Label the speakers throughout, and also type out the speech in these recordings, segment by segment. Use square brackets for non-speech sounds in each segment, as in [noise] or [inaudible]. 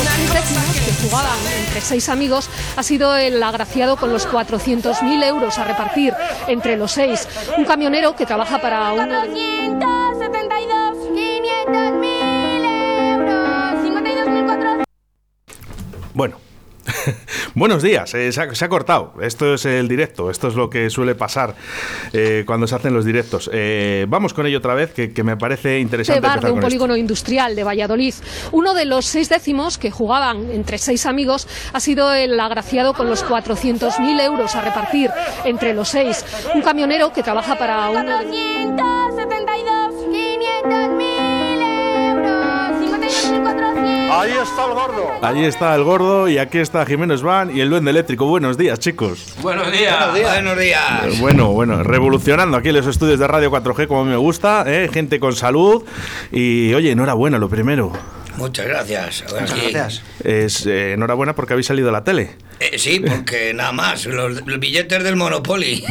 Speaker 1: máquina que jugaba entre seis amigos ha sido el agraciado con los 400.000 euros a repartir entre los seis. Un camionero que trabaja para uno de...
Speaker 2: 500.000 euros, 52.400.
Speaker 3: Bueno. [laughs] Buenos días, eh, se, ha, se, ha, cortado. Esto es el directo, esto es lo que suele pasar eh, cuando se hacen los directos. Eh, vamos con ello otra vez, que, que me parece interesante.
Speaker 1: Este bar de un
Speaker 3: con
Speaker 1: polígono
Speaker 3: esto.
Speaker 1: industrial de Valladolid. Uno de los seis décimos que jugaban entre seis amigos ha sido el agraciado con los 400.000 euros a repartir entre los seis. Un camionero que trabaja para uno
Speaker 4: Ahí está el gordo.
Speaker 3: Ahí está el gordo y aquí está Jiménez Van y el duende eléctrico. Buenos días, chicos. Eh,
Speaker 5: Buenos días. Buenos días. Buenos
Speaker 6: Ah.
Speaker 5: días.
Speaker 3: Bueno, bueno, revolucionando aquí los estudios de Radio 4G como a mí me gusta, ¿eh? gente con salud y oye, enhorabuena, lo primero.
Speaker 5: Muchas gracias.
Speaker 7: Muchas sí. gracias.
Speaker 3: Es, eh, enhorabuena porque habéis salido a la tele.
Speaker 5: Eh, sí, porque nada más, los, los billetes del Monopoly.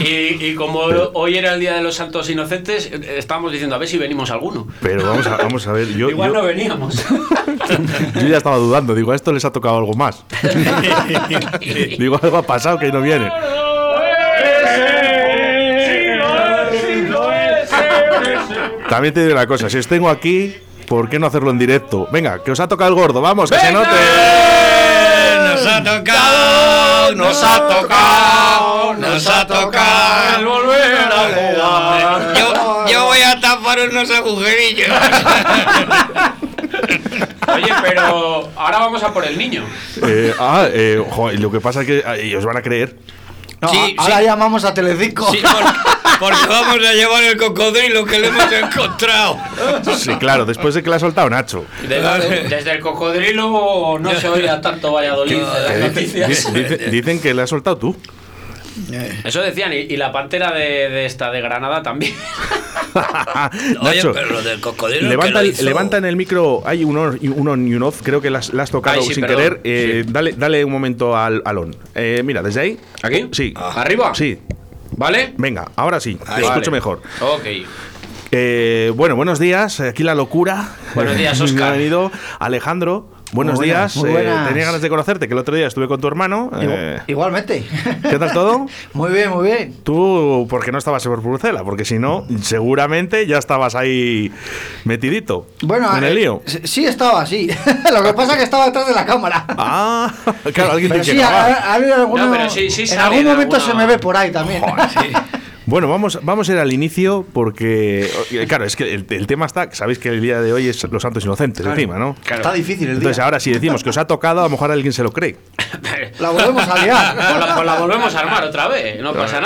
Speaker 6: y, y, como pero, hoy era el Día de los Santos Inocentes, estábamos diciendo a ver si venimos alguno.
Speaker 3: Pero vamos a, vamos a ver. Yo,
Speaker 6: Igual
Speaker 3: yo, [laughs]
Speaker 6: no veníamos.
Speaker 3: yo ya estaba dudando, digo, a esto les ha tocado algo
Speaker 5: [laughs]
Speaker 3: más. digo, algo ha pasado que no vienen. También te digo una cosa, si os tengo aquí, ¿por qué no hacerlo en directo? Venga, que os ha tocado el gordo, vamos, que
Speaker 5: Venga,
Speaker 3: se note.
Speaker 5: Nos ha tocado, nos ha tocado, nos ha tocado el volver a jugar. Yo, yo voy a tapar unos agujerillos. [laughs]
Speaker 6: Oye, pero ahora vamos a por el niño.
Speaker 3: Eh, ah, eh, joder, lo que pasa es que ellos van a creer.
Speaker 7: No, sí, ahora sí. llamamos a Telecinco.
Speaker 5: Sí, porque, porque, vamos a llevar el cocodrilo que le hemos encontrado.
Speaker 3: Sí, claro, después de que la ha soltado Nacho.
Speaker 6: Desde, desde el cocodrilo no se oía tanto Valladolid.
Speaker 3: Dicen, dicen, dicen que le has soltado tú. [laughs]
Speaker 6: Eso decían, y, y la pantera de, de, esta de Granada también.
Speaker 5: Nacho, Oye, pero lo del cocodrilo.
Speaker 3: Levanta,
Speaker 5: que lo hizo...
Speaker 3: levanta, en el micro. Hay un on y un, on y un off, creo que las, las has tocado
Speaker 6: Ay, sí,
Speaker 3: sin
Speaker 6: perdón,
Speaker 3: querer. Eh,
Speaker 6: sí.
Speaker 3: dale, dale un momento al, al on. Eh, mira, desde ahí.
Speaker 6: ¿Aquí?
Speaker 3: Sí.
Speaker 6: Ah. ¿Arriba?
Speaker 3: Sí.
Speaker 6: ¿Vale?
Speaker 3: Venga, ahora sí, te escucho
Speaker 6: vale.
Speaker 3: mejor.
Speaker 6: Ok.
Speaker 3: Eh, bueno, buenos días. Aquí la locura. [laughs]
Speaker 6: Buenos días, Oscar.
Speaker 3: Ha venido Alejandro. Buenos
Speaker 7: Muy buenas,
Speaker 3: días. Eh,
Speaker 7: muy buenas.
Speaker 3: tenía ganas de conocerte, que el otro día estuve con tu hermano. Eh,
Speaker 7: Igu- Igualmente. [laughs]
Speaker 3: ¿Qué tal todo?
Speaker 7: Muy bien, muy bien.
Speaker 3: Tú, porque no estabas por Bruselas, porque si no, seguramente ya estabas ahí metidito.
Speaker 7: Bueno,
Speaker 3: en el
Speaker 7: eh,
Speaker 3: lío.
Speaker 7: s- sí estaba, sí. [laughs] Lo que pasa es que estaba detrás de la cámara.
Speaker 3: Ah, [laughs] claro, alguien
Speaker 7: Pero
Speaker 3: tiene
Speaker 7: sí,
Speaker 3: que grabar.
Speaker 7: a- a- a ver, alguno-
Speaker 6: No, pero sí, sí
Speaker 7: en
Speaker 6: sale
Speaker 7: algún
Speaker 6: en
Speaker 7: momento
Speaker 6: alguna-
Speaker 7: se me ve por ahí también.
Speaker 3: Bueno, vamos, vamos a ir al inicio porque, eh, claro, es que el, el tema está, que sabéis que el día de hoy es los santos inocentes encima, ¿no?
Speaker 7: [laughs] Está
Speaker 6: [laughs]
Speaker 7: difícil el día.
Speaker 3: Entonces ahora si decimos que os ha tocado, a lo mejor alguien se lo cree.
Speaker 7: La volvemos a
Speaker 6: Pues la, pues
Speaker 7: liar.
Speaker 6: la volvemos a armar otra vez, no pasa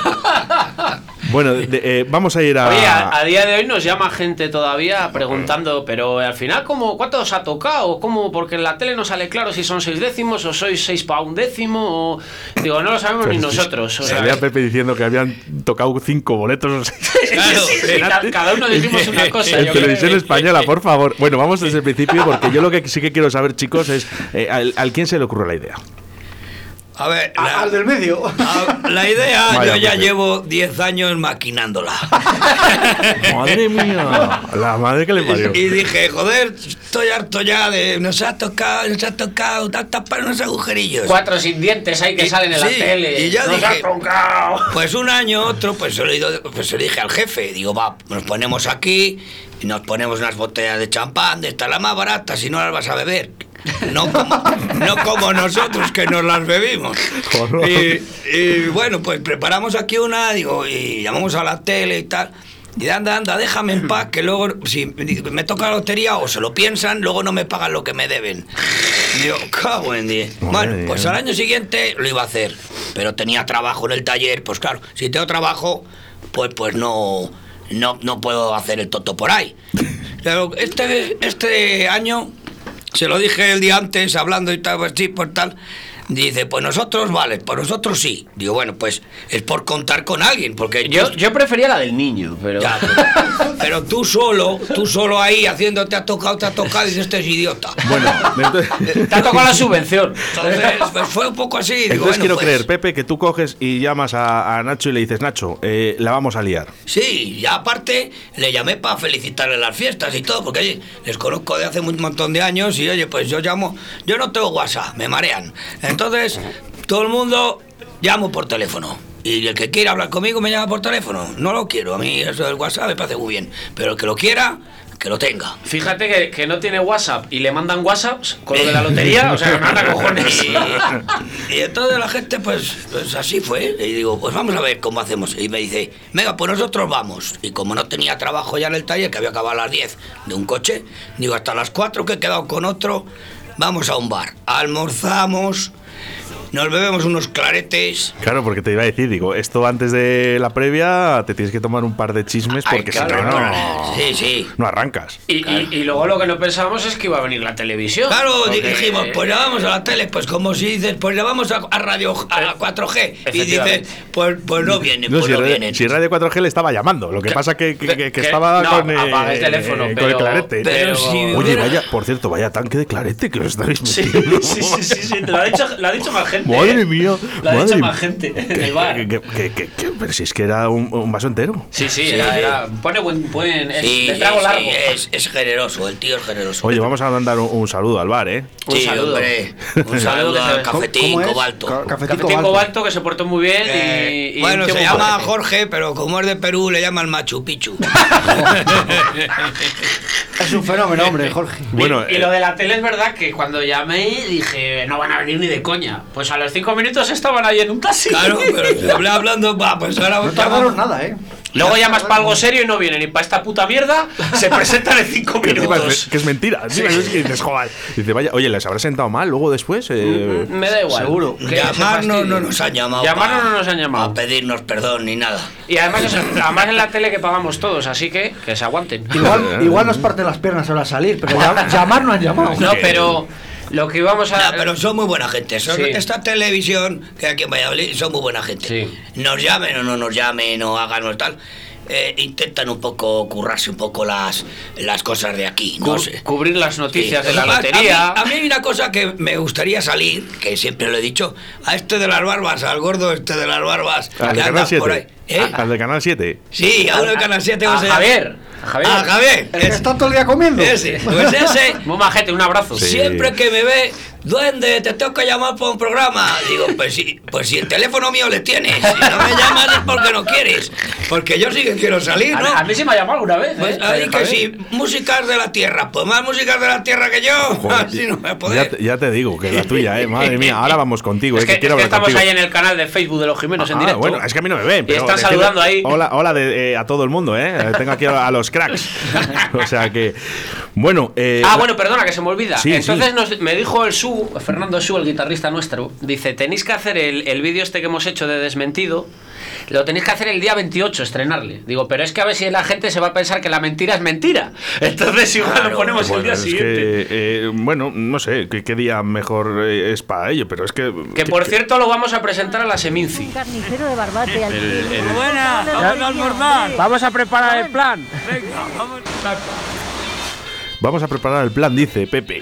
Speaker 6: nada.
Speaker 3: Bueno, de- eh, vamos a ir a...
Speaker 6: Oye, a, a día de hoy nos llama gente todavía preguntando, pero al final, ¿cómo, ¿cuánto os ha tocado? ¿Cómo? Porque en la tele no sale claro si son seis décimos o sois seis para un décimo. O... Digo, no lo sabemos ni nosotros. o sea,
Speaker 3: Salía
Speaker 6: [laughs]
Speaker 3: Pepe diciendo que habían tocado cinco boletos. o sea,
Speaker 5: Claro,
Speaker 6: sí, sí, ca- cada uno dijimos [laughs] una cosa.
Speaker 3: En
Speaker 6: yo creo.
Speaker 3: televisión española, por favor. Bueno, vamos desde el principio porque yo lo que sí que quiero saber, chicos, es eh, al, al quién se le ocurrió la idea.
Speaker 5: A ver,
Speaker 7: A-
Speaker 5: la,
Speaker 7: Ah, Al del medio.
Speaker 3: Ah,
Speaker 5: a-
Speaker 7: [laughs]
Speaker 5: Ah, la idea
Speaker 3: Vaya,
Speaker 5: yo ya
Speaker 3: Pepe.
Speaker 5: llevo 10 años maquinándola.
Speaker 3: Madre mía, la madre que le parió.
Speaker 5: Y dije, joder, estoy harto ya de. Nos ha tocado, nos ha tocado, ta- tapar unos agujerillos.
Speaker 6: Cuatro sin dientes hay que
Speaker 5: Y-
Speaker 6: salen en la
Speaker 5: sí,
Speaker 6: tele.
Speaker 5: y ya
Speaker 6: Nos
Speaker 5: dije-
Speaker 6: ha tocado.
Speaker 5: Pues un año, otro, pues se, lo he ido- pues se lo dije al jefe. Digo, va, nos ponemos aquí, y nos ponemos unas botellas de champán, de esta la más barata, si no las vas a beber. No como, no como nosotros que nos las bebimos.
Speaker 3: Joder.
Speaker 5: Y, y bueno, pues preparamos aquí una, digo, y llamamos a la tele y tal. Y anda, anda, déjame en paz, que luego si me toca la lotería o se lo piensan, luego no me pagan lo que me deben. Digo, cago en diez.
Speaker 3: Madre
Speaker 5: Bueno, pues
Speaker 3: mía.
Speaker 5: ahora año siguiente lo iba a hacer, pero tenía trabajo en el taller, pues claro, si tengo trabajo, pues pues no no, no puedo hacer el toto por ahí. Pero este este año se lo dije el día antes hablando y tal pues sí, por tal dice, pues nosotros vale, pues nosotros sí. Digo, bueno, pues es por contar con alguien, porque
Speaker 6: [laughs] Yo, yo prefería la del niño, pero.
Speaker 5: ya, Pero tú solo, tú solo ahí haciendo te ha tocado, te ha tocado, y dices, este es idiota.
Speaker 3: Bueno, entonces,
Speaker 6: [laughs] Te ha tocado la subvención.
Speaker 5: Entonces, pues fue un poco así. digo,
Speaker 3: entonces
Speaker 5: bueno,
Speaker 3: quiero
Speaker 5: pues,
Speaker 3: creer, Pepe, que tú coges y llamas a, a Nacho y le dices, Nacho, eh, la vamos a liar.
Speaker 5: Sí, y aparte le llamé para felicitarle las fiestas y todo, porque oye, les conozco de hace un montón de años y oye, pues yo llamo, yo no tengo WhatsApp, me marean. Entonces, todo el mundo llamo por teléfono. Y el que quiera hablar conmigo me llama por teléfono. No lo quiero, a mí eso del WhatsApp me parece muy bien. Pero el que lo quiera, que lo tenga.
Speaker 6: Fíjate que, que no tiene WhatsApp y le mandan WhatsApps con lo
Speaker 3: [laughs]
Speaker 6: de la lotería, o sea, le manda cojones.
Speaker 5: Y, y entonces la gente, pues, pues así fue. Y digo, pues vamos a ver cómo hacemos. Y me dice, venga, pues nosotros vamos. Y como no tenía trabajo ya en el taller, que había acabado a las 10 de un coche, digo, hasta las 4 que he quedado con otro, vamos a un bar. Almorzamos, nos bebemos unos claretes.
Speaker 3: Claro, porque te iba a decir, digo, esto antes de la previa te tienes que tomar un par de chismes
Speaker 5: Ay,
Speaker 3: porque si
Speaker 5: claro,
Speaker 3: no, no,
Speaker 5: no, sí, sí.
Speaker 3: no arrancas.
Speaker 6: Y, y- y luego lo que no pensábamos es que iba a venir la televisión.
Speaker 5: Claro,
Speaker 6: Porque-
Speaker 5: dijimos, pues le vamos a la tele, pues como si dices, pues le vamos a, a radio, a la 4G. Y
Speaker 6: Eh, Efectivamente.
Speaker 5: dices, pues, pues no vienen,
Speaker 3: No,
Speaker 5: pues
Speaker 3: si,
Speaker 5: no
Speaker 3: Ra-
Speaker 5: vienen.
Speaker 3: si Radio 4G le estaba llamando, lo que pasa que, que, que- que
Speaker 6: que-
Speaker 3: estaba
Speaker 6: no,
Speaker 3: con, eh,
Speaker 6: apaga el teléfono,
Speaker 3: con el
Speaker 6: pero-
Speaker 3: clarete. ¿eh?
Speaker 5: Pero
Speaker 6: Pero-
Speaker 5: si
Speaker 3: Oye,
Speaker 5: hubiera-
Speaker 3: vaya, por cierto, vaya tanque de clarete que lo estáis [laughs]
Speaker 6: Sí,
Speaker 3: metiendo.
Speaker 6: [laughs] sí, sí, sí, sí, lo ha dicho, lo ha dicho más gente.
Speaker 3: Madre
Speaker 6: eh.
Speaker 3: mía.
Speaker 6: Lo ha
Speaker 3: madre
Speaker 6: dicho
Speaker 3: mía. [laughs]
Speaker 6: más gente
Speaker 3: Que-
Speaker 6: en el bar.
Speaker 3: que- que- que- que- pero si es que era un, un vaso entero.
Speaker 6: Sí, sí,
Speaker 5: Sí,
Speaker 6: era,
Speaker 5: sí.
Speaker 6: era- pone buen, buen es
Speaker 5: Sí,
Speaker 6: de trago
Speaker 5: sí,
Speaker 6: largo.
Speaker 5: es, es generoso, el tío es generoso.
Speaker 3: Oye, vamos a mandar un, un saludo al bar, ¿eh?
Speaker 6: un
Speaker 5: Sí,
Speaker 6: saludo.
Speaker 5: hombre,
Speaker 6: Un
Speaker 5: un
Speaker 6: saludo que
Speaker 5: saludo al
Speaker 6: se-
Speaker 7: ¿Cómo-
Speaker 5: cafetín
Speaker 7: cómo es? Ca-
Speaker 5: cobalto.
Speaker 7: Cafetín
Speaker 6: Cafetín
Speaker 7: Cobalto.
Speaker 6: Cobalto que se portó muy bien
Speaker 5: Eh,
Speaker 6: y, y
Speaker 5: bueno,
Speaker 6: un tío
Speaker 5: se
Speaker 6: muy
Speaker 5: llama [laughs]
Speaker 6: fuerte.
Speaker 5: Jorge, pero como es de Perú le llaman Machu Picchu.
Speaker 7: Es un fenómeno, hombre, Jorge.
Speaker 6: Y-
Speaker 3: Bueno,
Speaker 6: y,
Speaker 3: eh,
Speaker 6: lo de la tele es verdad que cuando llamé dije, no van a venir ni de coña. Pues a los cinco minutos estaban ahí en un taxi.
Speaker 5: claro, pero se habla hablando, va, pues ahora
Speaker 7: No tardaron nada, ¿eh?
Speaker 6: Luego llamas para algo serio y no vienen. Y para esta puta [laughs] mierda se presentan en
Speaker 3: [laughs]
Speaker 6: cinco
Speaker 3: que, encima es-
Speaker 6: minutos.
Speaker 3: que es mentira. encima es que dices, joder. Dice, vaya, oye, ¿les habrá sentado mal luego después? Eh,
Speaker 6: Mm, Me da igual.
Speaker 7: Seguro.
Speaker 6: Que se
Speaker 5: Llamarnos no
Speaker 6: fastidien.
Speaker 5: nos han llamado.
Speaker 6: Llamarnos
Speaker 5: pa-
Speaker 6: no nos han llamado.
Speaker 5: pa pedirnos perdón ni nada.
Speaker 6: Y además, es- además en la tele que pagamos todos, así que que se aguanten.
Speaker 3: eh.
Speaker 7: Igual, igual nos parten las piernas ahora a salir, pero ya- llamar no han llamado.
Speaker 6: [laughs] [laughs] No, pero lo que íbamos a.
Speaker 5: Nah, pero son muy buena gente. son-
Speaker 6: Ah, eh. Sí.
Speaker 5: Esta televisión que hay aquí en Valladolid son muy buena gente.
Speaker 6: Sí.
Speaker 5: Nos llamen o no nos llamen o hagan o tal. eh, intentan un poco currarse un poco las, las cosas de aquí. No
Speaker 6: cu-
Speaker 5: sé.
Speaker 6: cubrir las noticias
Speaker 5: Sí.
Speaker 6: de la
Speaker 5: Además,
Speaker 6: lotería.
Speaker 5: A mí, a mí hay una cosa que me gustaría salir, que siempre lo he dicho, a este de las barbas, al gordo este de las barbas, que
Speaker 3: al de
Speaker 5: anda
Speaker 3: Canal
Speaker 5: por ahí.
Speaker 3: 7.
Speaker 5: ¿Eh?
Speaker 3: Al de Canal 7.
Speaker 5: Sí, a uno de Canal 7.
Speaker 6: a
Speaker 5: ¿cómo se llama?
Speaker 6: Javier. A Javier.
Speaker 5: A Javier.
Speaker 7: El que
Speaker 5: es-
Speaker 7: está todo el día comiendo.
Speaker 5: Ese. Pues ese.
Speaker 6: Muy majete, un abrazo.
Speaker 3: Sí.
Speaker 5: Siempre que me ve, duende, te tengo que llamar para un programa. Digo, pues sí, pues si el teléfono mío le tienes, si no me llamas es porque no quieres. Porque yo sí que quiero salir,
Speaker 6: A, a
Speaker 5: ¿no?
Speaker 6: mí se me ha llamado alguna vez.
Speaker 5: Pues
Speaker 6: ¿eh?
Speaker 5: ahí que
Speaker 6: Javier.
Speaker 5: sí, músicas de la tierra, pues más músicas de la tierra que yo,
Speaker 6: [laughs]
Speaker 3: Joder,
Speaker 5: [laughs] así no me voy a
Speaker 3: ya,
Speaker 5: poder.
Speaker 3: te, ya te digo que la tuya, eh. Madre mía, ahora vamos contigo,
Speaker 6: Es
Speaker 3: eh,
Speaker 6: que,
Speaker 3: que quiero
Speaker 6: es que
Speaker 3: hablar
Speaker 6: estamos
Speaker 3: contigo.
Speaker 6: ahí en el canal de Facebook de los Jimenos en
Speaker 3: Ah,
Speaker 6: directo.
Speaker 3: bueno, es que a mí no me ven.
Speaker 6: Y
Speaker 3: pero
Speaker 6: están
Speaker 3: decirle
Speaker 6: saludando ahí.
Speaker 3: Hola, hola de- eh, a todo el mundo, ¿eh? Tengo aquí a, a los cracks. o sea que. Bueno. eh,
Speaker 6: Ah, bueno, perdona, que se me olvida.
Speaker 3: Sí,
Speaker 6: Entonces
Speaker 3: sí.
Speaker 6: nos- me dijo el Su, Fernando Su, el guitarrista nuestro, dice, tenéis que hacer el, el vídeo este que hemos hecho de desmentido, lo tenéis que hacer el día 28, estrenarle. Digo, pero es que a ver si la gente se va a pensar que la mentira es mentira. [laughs] Entonces igual lo
Speaker 5: Claro,
Speaker 6: ponemos pues el
Speaker 3: bueno,
Speaker 6: día
Speaker 3: es
Speaker 6: siguiente.
Speaker 3: que, eh, bueno, no sé qué, qué día mejor eh, es para ello, pero es que.
Speaker 6: Que por cierto lo vamos a presentar a la Seminci.
Speaker 4: Carnicero de Barbate. al
Speaker 8: Buena, vamos a almorzar.
Speaker 6: Vamos a preparar el plan.
Speaker 8: Venga, vamos.
Speaker 3: Vamos a preparar el plan, dice Pepe.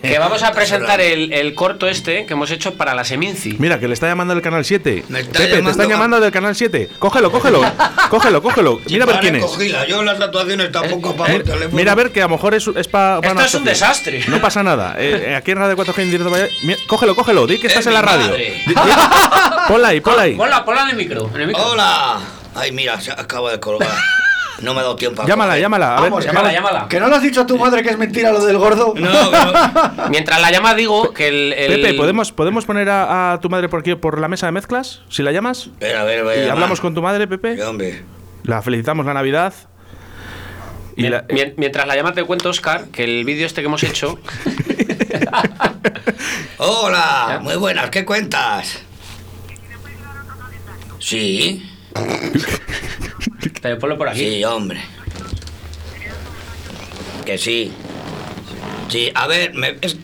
Speaker 6: Que vamos a presentar el, el corto este que hemos hecho para la Seminci.
Speaker 3: Mira, que le está llamando del canal 7.
Speaker 5: Me está
Speaker 3: Pepe, te
Speaker 5: llamando
Speaker 3: están
Speaker 5: a-
Speaker 3: llamando del canal 7. Cógelo, cógelo. cógelo, cógelo. Mira a ver quién es.
Speaker 5: Cogila, yo las actuaciones tampoco pago el
Speaker 3: Eh,
Speaker 5: teléfono.
Speaker 3: Mira, a ver, que a lo mejor es, es para.
Speaker 6: Esto es un desastre.
Speaker 3: No pasa nada. Eh, eh, aquí en Radio 4G en directo. vaya- mira, Cógelo, cógelo. Di que
Speaker 5: Es
Speaker 3: estás en la
Speaker 5: mi
Speaker 3: radio.
Speaker 5: madre.
Speaker 3: Di- di- Ponla ahí, ponla ahí.
Speaker 6: Ponla, ponla en el micro. en el micro.
Speaker 5: Hola. Ay, mira, se acaba de
Speaker 3: [laughs]
Speaker 5: colgar. No me ha dado tiempo. a
Speaker 3: Llámala,
Speaker 5: coger.
Speaker 3: llámala. A ver,
Speaker 7: Vamos,
Speaker 6: llámala,
Speaker 7: que-
Speaker 6: llámala.
Speaker 7: Que no le has dicho a tu madre que es mentira lo del gordo. [laughs]
Speaker 5: No,
Speaker 3: [laughs]
Speaker 5: no.
Speaker 6: Mientras la llama digo que el... el-
Speaker 3: Pepe, ¿podemos, ¿podemos poner a, a tu madre por aquí por la mesa de mezclas? Si la llamas.
Speaker 5: Espera, a ver, voy a
Speaker 3: Y
Speaker 5: llamar.
Speaker 3: hablamos con tu madre, Pepe.
Speaker 5: Hombre.
Speaker 3: La felicitamos la Navidad. Y
Speaker 6: Mien-
Speaker 3: la-
Speaker 6: mien- mientras la llama te cuento, Oscar, que el vídeo este que
Speaker 3: [laughs]
Speaker 6: hemos hecho.
Speaker 5: Hola, muy buenas, ¿qué cuentas? Sí,
Speaker 6: Te ponlo
Speaker 3: ¿Ah,
Speaker 6: por aquí.
Speaker 5: sí, hombre. Que sí. Sí, a ver, me, es-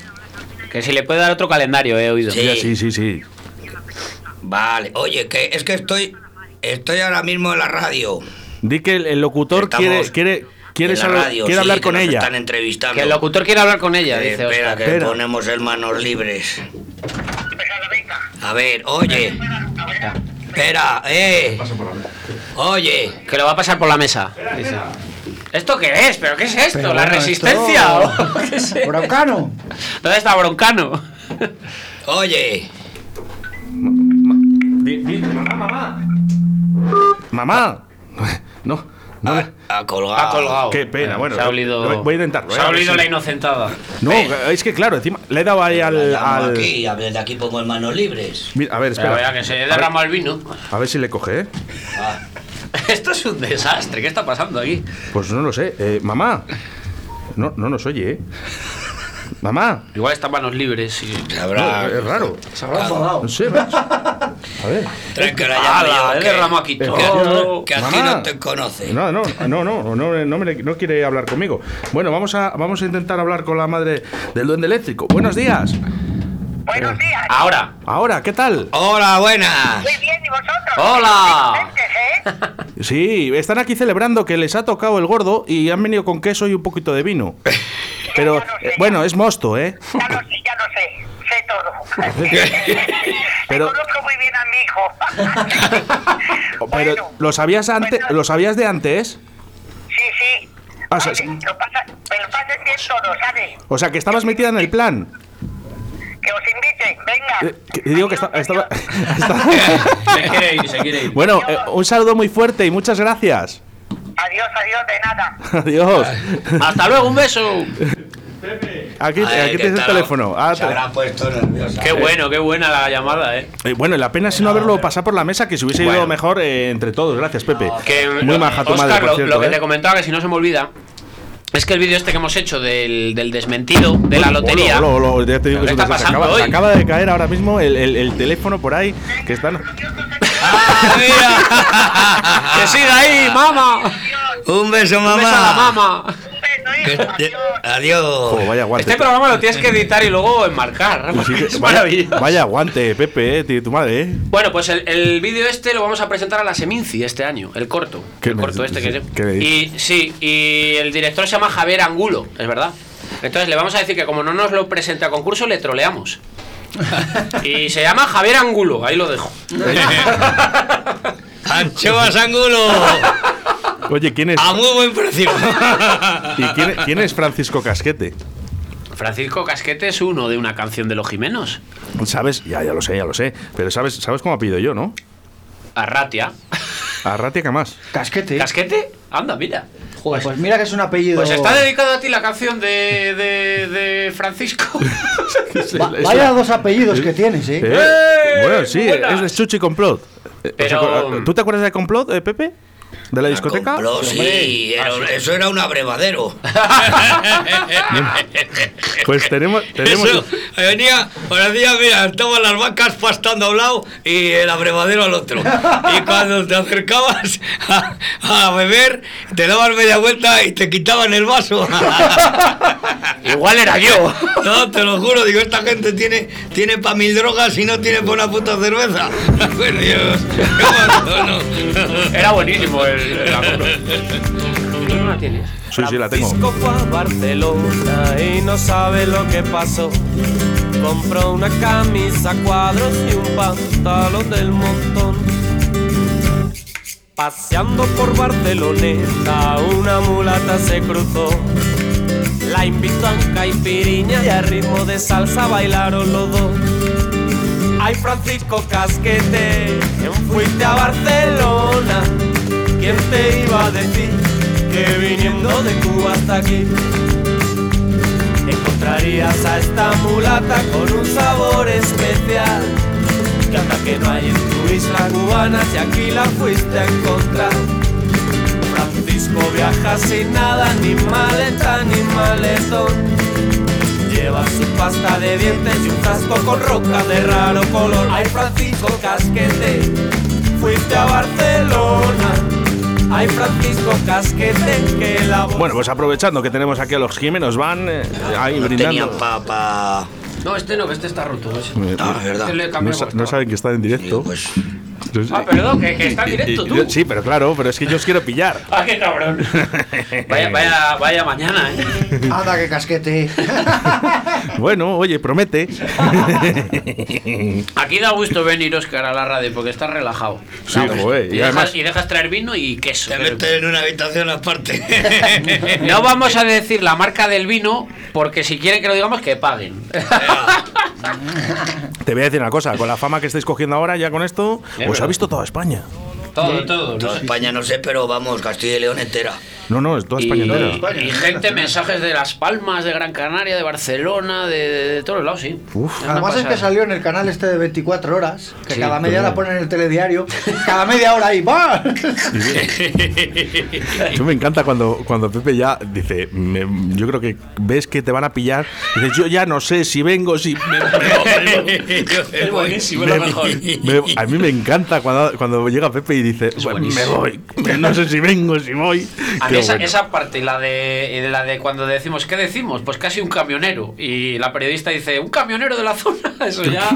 Speaker 6: Que si le puede dar otro calendario, he oído.
Speaker 5: Sí.
Speaker 3: Ya, sí, sí, sí.
Speaker 5: vale, oye, que es que estoy, estoy ahora mismo en la radio.
Speaker 3: Di que el, el locutor
Speaker 5: Estamos
Speaker 3: quiere, quiere, quiere,
Speaker 5: en la
Speaker 3: solo-
Speaker 5: radio,
Speaker 3: quiere
Speaker 5: sí,
Speaker 3: hablar
Speaker 5: que
Speaker 3: con
Speaker 5: nos
Speaker 3: ella.
Speaker 5: Están entrevistando.
Speaker 6: Que el locutor quiere hablar con ella,
Speaker 5: Eh,
Speaker 6: dice
Speaker 5: espera,
Speaker 6: Óscar.
Speaker 5: que
Speaker 3: Espera.
Speaker 5: ponemos el manos libres. A ver, oye. Espera, eh. Oye.
Speaker 6: Que lo va a pasar por la mesa. dice. ¿Esto qué es? ¿Pero qué es esto?
Speaker 7: Pero
Speaker 6: ¿La
Speaker 7: bueno,
Speaker 6: resistencia?
Speaker 7: esto-
Speaker 6: ¿O [laughs] qué es esto?
Speaker 7: Broncano.
Speaker 6: ¿Dónde está Broncano?
Speaker 3: [laughs]
Speaker 5: Oye,
Speaker 3: Mamá. [laughs] No. no le-
Speaker 5: ha, ha colgado.
Speaker 6: Ha colgado.
Speaker 3: Ah, Qué pena, bueno,
Speaker 6: Se ha olido,
Speaker 3: voy a intentarlo,
Speaker 6: Se
Speaker 3: eh, a
Speaker 6: ha
Speaker 3: ver
Speaker 6: olido
Speaker 3: si-
Speaker 6: la inocentada. Eh,
Speaker 3: No, es que claro, encima le he dado ahí al.
Speaker 5: Estamos
Speaker 3: al-
Speaker 5: Aquí, a ver, de aquí pongo el manos libres.
Speaker 3: Mira, a ver,
Speaker 6: Pero vea
Speaker 3: espera.
Speaker 6: que se derrama el vino. [laughs]
Speaker 3: A ver si le coge, ¿eh?
Speaker 5: Ah,
Speaker 6: Esto es un desastre. ¿Qué está pasando aquí?
Speaker 3: Pues no lo sé. Eh, mamá. No, no nos oye, ¿eh? Mamá.
Speaker 6: Igual están manos libres. Y...
Speaker 5: se
Speaker 3: No,
Speaker 5: habrá-
Speaker 6: eh,
Speaker 3: es raro.
Speaker 7: Se habrá enfadado.
Speaker 3: No sé. macho. A ver.
Speaker 5: Trae
Speaker 6: eh,
Speaker 5: que la llame yo,
Speaker 6: ¡Hala! Él
Speaker 5: que-
Speaker 6: derrama aquí
Speaker 3: que-
Speaker 6: todo.
Speaker 5: Que a ti
Speaker 3: Mamá.
Speaker 5: no te conoce.
Speaker 3: No, no, no, no, no, no, me- no quiere hablar conmigo. Bueno, vamos a, vamos a intentar hablar con la madre del duende eléctrico. Buenos días.
Speaker 4: Buenos días.
Speaker 6: Ahora.
Speaker 3: Ahora, ¿qué tal?
Speaker 5: Hola, buenas.
Speaker 4: Muy bien, ¿y vosotros?
Speaker 6: ¡Hola!
Speaker 4: Excelentes,
Speaker 3: [laughs]
Speaker 4: ¿eh?
Speaker 3: Sí, están aquí celebrando que les ha tocado el gordo y han venido con queso y un poquito de vino. Pero, eh, bueno, es mosto, ¿eh?
Speaker 4: Ya lo sé, ya lo sé. Sé todo.
Speaker 3: [laughs] Pero-
Speaker 4: Conozco muy bien a mi hijo.
Speaker 3: [laughs] Pero,
Speaker 4: Bueno,
Speaker 3: ¿lo sabías, ante,
Speaker 4: bueno.
Speaker 3: ¿lo sabías de antes?
Speaker 4: Sí, sí.
Speaker 3: Ah, o sea,
Speaker 4: Oye, lo pasa, me lo pasen bien todo, ¿sabes?
Speaker 3: O sea, que estabas metida en el plan.
Speaker 4: Que os inviten, venga.
Speaker 3: Eh, que- digo que esta- estaba... [laughs]
Speaker 6: Se quiere ir, se quiere ir.
Speaker 3: Bueno, eh, un saludo muy fuerte y muchas gracias. [laughs]
Speaker 4: Adiós, adiós, de nada.
Speaker 3: Adiós.
Speaker 6: ¡Hasta luego! ¡Un beso!
Speaker 3: Aquí,
Speaker 5: Ay,
Speaker 3: aquí
Speaker 5: que
Speaker 3: tienes el
Speaker 5: estará-
Speaker 3: teléfono. Ah,
Speaker 5: Se habrá puesto nerviosa. [laughs]
Speaker 6: ¡Qué bueno, qué buena la llamada, eh!
Speaker 3: Eh, bueno, la pena es no haberlo pasado por la mesa, que se hubiese ido
Speaker 6: Bueno.
Speaker 3: mejor eh, entre todos. Gracias, Pepe.
Speaker 6: Que,
Speaker 3: Muy
Speaker 6: lo-
Speaker 3: maja tu
Speaker 6: Óscar,
Speaker 3: madre, por
Speaker 6: lo-
Speaker 3: cierto.
Speaker 6: Lo que
Speaker 3: ¿eh?
Speaker 6: te comentaba, que si no se me olvida, es que el vídeo este que hemos hecho del, del desmentido de la lotería.
Speaker 3: Olo, olo, olo, ya te digo que
Speaker 6: ¿Qué
Speaker 3: se
Speaker 6: está
Speaker 3: nos
Speaker 6: pasando
Speaker 3: acaba,
Speaker 6: hoy?
Speaker 3: acaba de caer ahora mismo el, el- el teléfono por ahí que están.
Speaker 6: ¡Ah, [laughs] mira! ¡Que siga ahí, mamá!
Speaker 5: Un beso, mamá.
Speaker 6: ¡Un beso a la mamá!
Speaker 4: Un beso,
Speaker 5: Que-
Speaker 4: hijo.
Speaker 5: de-
Speaker 4: Adiós.
Speaker 5: Adiós.
Speaker 3: Jo, vaya guante.
Speaker 6: Este programa lo tienes que editar y luego enmarcar.
Speaker 3: Pues Sí,
Speaker 6: porque
Speaker 3: que-
Speaker 6: [laughs] es
Speaker 3: vaya,
Speaker 6: maravilloso.
Speaker 3: vaya guante, Pepe, eh, tío, tu madre, eh.
Speaker 6: Bueno, pues el, el vídeo este lo vamos a presentar a la Seminci este año, el corto.
Speaker 3: ¿Qué
Speaker 6: el
Speaker 3: me
Speaker 6: corto
Speaker 3: dices?
Speaker 6: este que
Speaker 3: ¿Qué me dices?
Speaker 6: Y sí, y el director se llama Javier Angulo, es verdad. Entonces le vamos a decir que como no nos lo presenta a concurso, le troleamos. Y se llama Javier Angulo, ahí lo dejo.
Speaker 5: Anchoas Angulo.
Speaker 3: Oye, ¿quién es?
Speaker 5: A muy buen precio.
Speaker 3: ¿Y quién, quién es Francisco Casquete?
Speaker 6: Francisco Casquete es uno de una canción de los Jimenos.
Speaker 3: ¿Sabes? Ya, ya lo sé, ya lo sé. Pero sabes, sabes cómo pido yo, ¿no?
Speaker 6: Arratia.
Speaker 3: Arratia Camás.
Speaker 7: Casquete.
Speaker 6: ¿Casquete? Anda, mira.
Speaker 7: Joder, pues mira que es un apellido.
Speaker 6: Pues está dedicado a ti la canción de, de, de Francisco.
Speaker 3: [laughs]
Speaker 7: Va- Vaya dos apellidos que tienes,
Speaker 3: Eh,
Speaker 7: ¿eh?
Speaker 3: Bueno, sí,
Speaker 6: Buenas.
Speaker 3: es de Chuchi Complot. Eh,
Speaker 6: Pero-
Speaker 3: ¿os acu- ¿Tú te acuerdas de Complot, eh, Pepe? ¿De la discoteca?
Speaker 5: Complot, sí, era un- eso era un abrevadero.
Speaker 3: Pues tenemos. tenemos...
Speaker 5: Eso, eh, venía, parecía, mira, estaban las vacas pastando a un lado y el abrevadero al otro. Y cuando te acercabas a, a beber, te dabas media vuelta y te quitaban el vaso.
Speaker 6: Igual era yo.
Speaker 5: No, te lo juro, digo, esta gente tiene, tiene para mil drogas y no tiene para una puta cerveza. [laughs] Bueno, yo- yo, no, no.
Speaker 6: Era buenísimo el, el Angulo. ¿Tú no la tienes?
Speaker 3: Sí, sí, la tengo.
Speaker 9: Francisco fue a Barcelona y no sabe lo que pasó. Compró una camisa a cuadros y un pantalón del montón. Paseando por Barceloneta, una mulata se cruzó. La invitó a un caipiriña y a ritmo de salsa bailaron los dos. Ay, Francisco Casquete, fuiste a Barcelona. ¿Quién te iba a decir que viniendo de Cuba hasta aquí encontrarías a esta mulata con un sabor especial? Que anda que no hay en tu isla cubana si aquí la fuiste a encontrar. Francisco viaja sin nada, ni maleta ni maletón. Lleva su pasta de dientes y un casco con roca de raro color. Ay, Francisco Casquete, fuiste a Barcelona. Ay, Francisco Casquete, que la voz-
Speaker 3: Bueno, pues aprovechando que tenemos aquí a los Jimenos Van eh, ahí
Speaker 5: Tenía
Speaker 3: brindando.
Speaker 5: pa, pa-
Speaker 6: No, este no, que este está roto. ese.
Speaker 3: Eh,
Speaker 5: Ah, es
Speaker 6: Este
Speaker 5: verdad.
Speaker 6: le he
Speaker 3: No,
Speaker 6: cambiado
Speaker 3: sa-
Speaker 6: porque
Speaker 3: no
Speaker 6: estaba-
Speaker 3: saben que está en
Speaker 5: Digo,
Speaker 3: directo.
Speaker 5: pues,
Speaker 3: No sé.
Speaker 6: Ah, perdón, que, que está en
Speaker 3: Y- y-
Speaker 6: directo
Speaker 3: y-
Speaker 6: tú.
Speaker 3: Sí, pero claro, pero es que yo os quiero pillar.
Speaker 6: Ah,
Speaker 3: [laughs]
Speaker 6: qué cabrón. [laughs] Vaya, vaya, vaya mañana, ¿eh?
Speaker 7: Anda, que casquete.
Speaker 3: Bueno, oye, promete.
Speaker 6: Aquí da gusto venir, Oscar, a la radio porque estás relajado.
Speaker 3: Sí, joder, y
Speaker 6: Y, dejas,
Speaker 3: además-
Speaker 6: y dejas traer vino y queso.
Speaker 5: Te
Speaker 6: Pero-
Speaker 5: metes en una habitación aparte.
Speaker 6: [laughs] No vamos a decir la marca del vino porque si quieren que lo digamos
Speaker 3: [laughs]
Speaker 6: que paguen.
Speaker 3: Te voy a decir una cosa, con la fama que estáis cogiendo ahora ya con esto, os
Speaker 6: Es
Speaker 3: ha
Speaker 6: verdad.
Speaker 3: visto toda España.
Speaker 6: todo, todo.
Speaker 5: Toda España no sé, pero vamos, Castilla y León entera.
Speaker 3: No, no, es toda
Speaker 6: Y,
Speaker 3: España
Speaker 6: [laughs]
Speaker 3: entera.
Speaker 6: y gente, mensajes de Las Palmas, de Gran Canaria, de Barcelona, de, de- de todos lados, sí.
Speaker 3: Uf.
Speaker 6: Una
Speaker 7: Además es que
Speaker 6: pasada.
Speaker 7: salió en el canal este de 24 horas, que
Speaker 6: Sí,
Speaker 7: cada media
Speaker 3: claro.
Speaker 7: hora ponen en el telediario, cada media hora ahí va.
Speaker 3: Yo me encanta cuando, cuando Pepe ya dice, me- yo creo que ves que te van a pillar, dices, yo ya no sé si vengo, si...
Speaker 5: es buenísimo,
Speaker 3: me- me- a mí me encanta cuando, cuando llega Pepe y dice, "Bueno, me
Speaker 6: buenísimo.
Speaker 3: voy, me- no sé si vengo, si voy.
Speaker 6: A
Speaker 3: Qué
Speaker 6: mí esa,
Speaker 3: bueno.
Speaker 6: esa parte, y la de, y la de cuando decimos, ¿qué decimos? Pues casi un camionero. Y la periodista dice, un camionero de la zona. [laughs] Eso ya.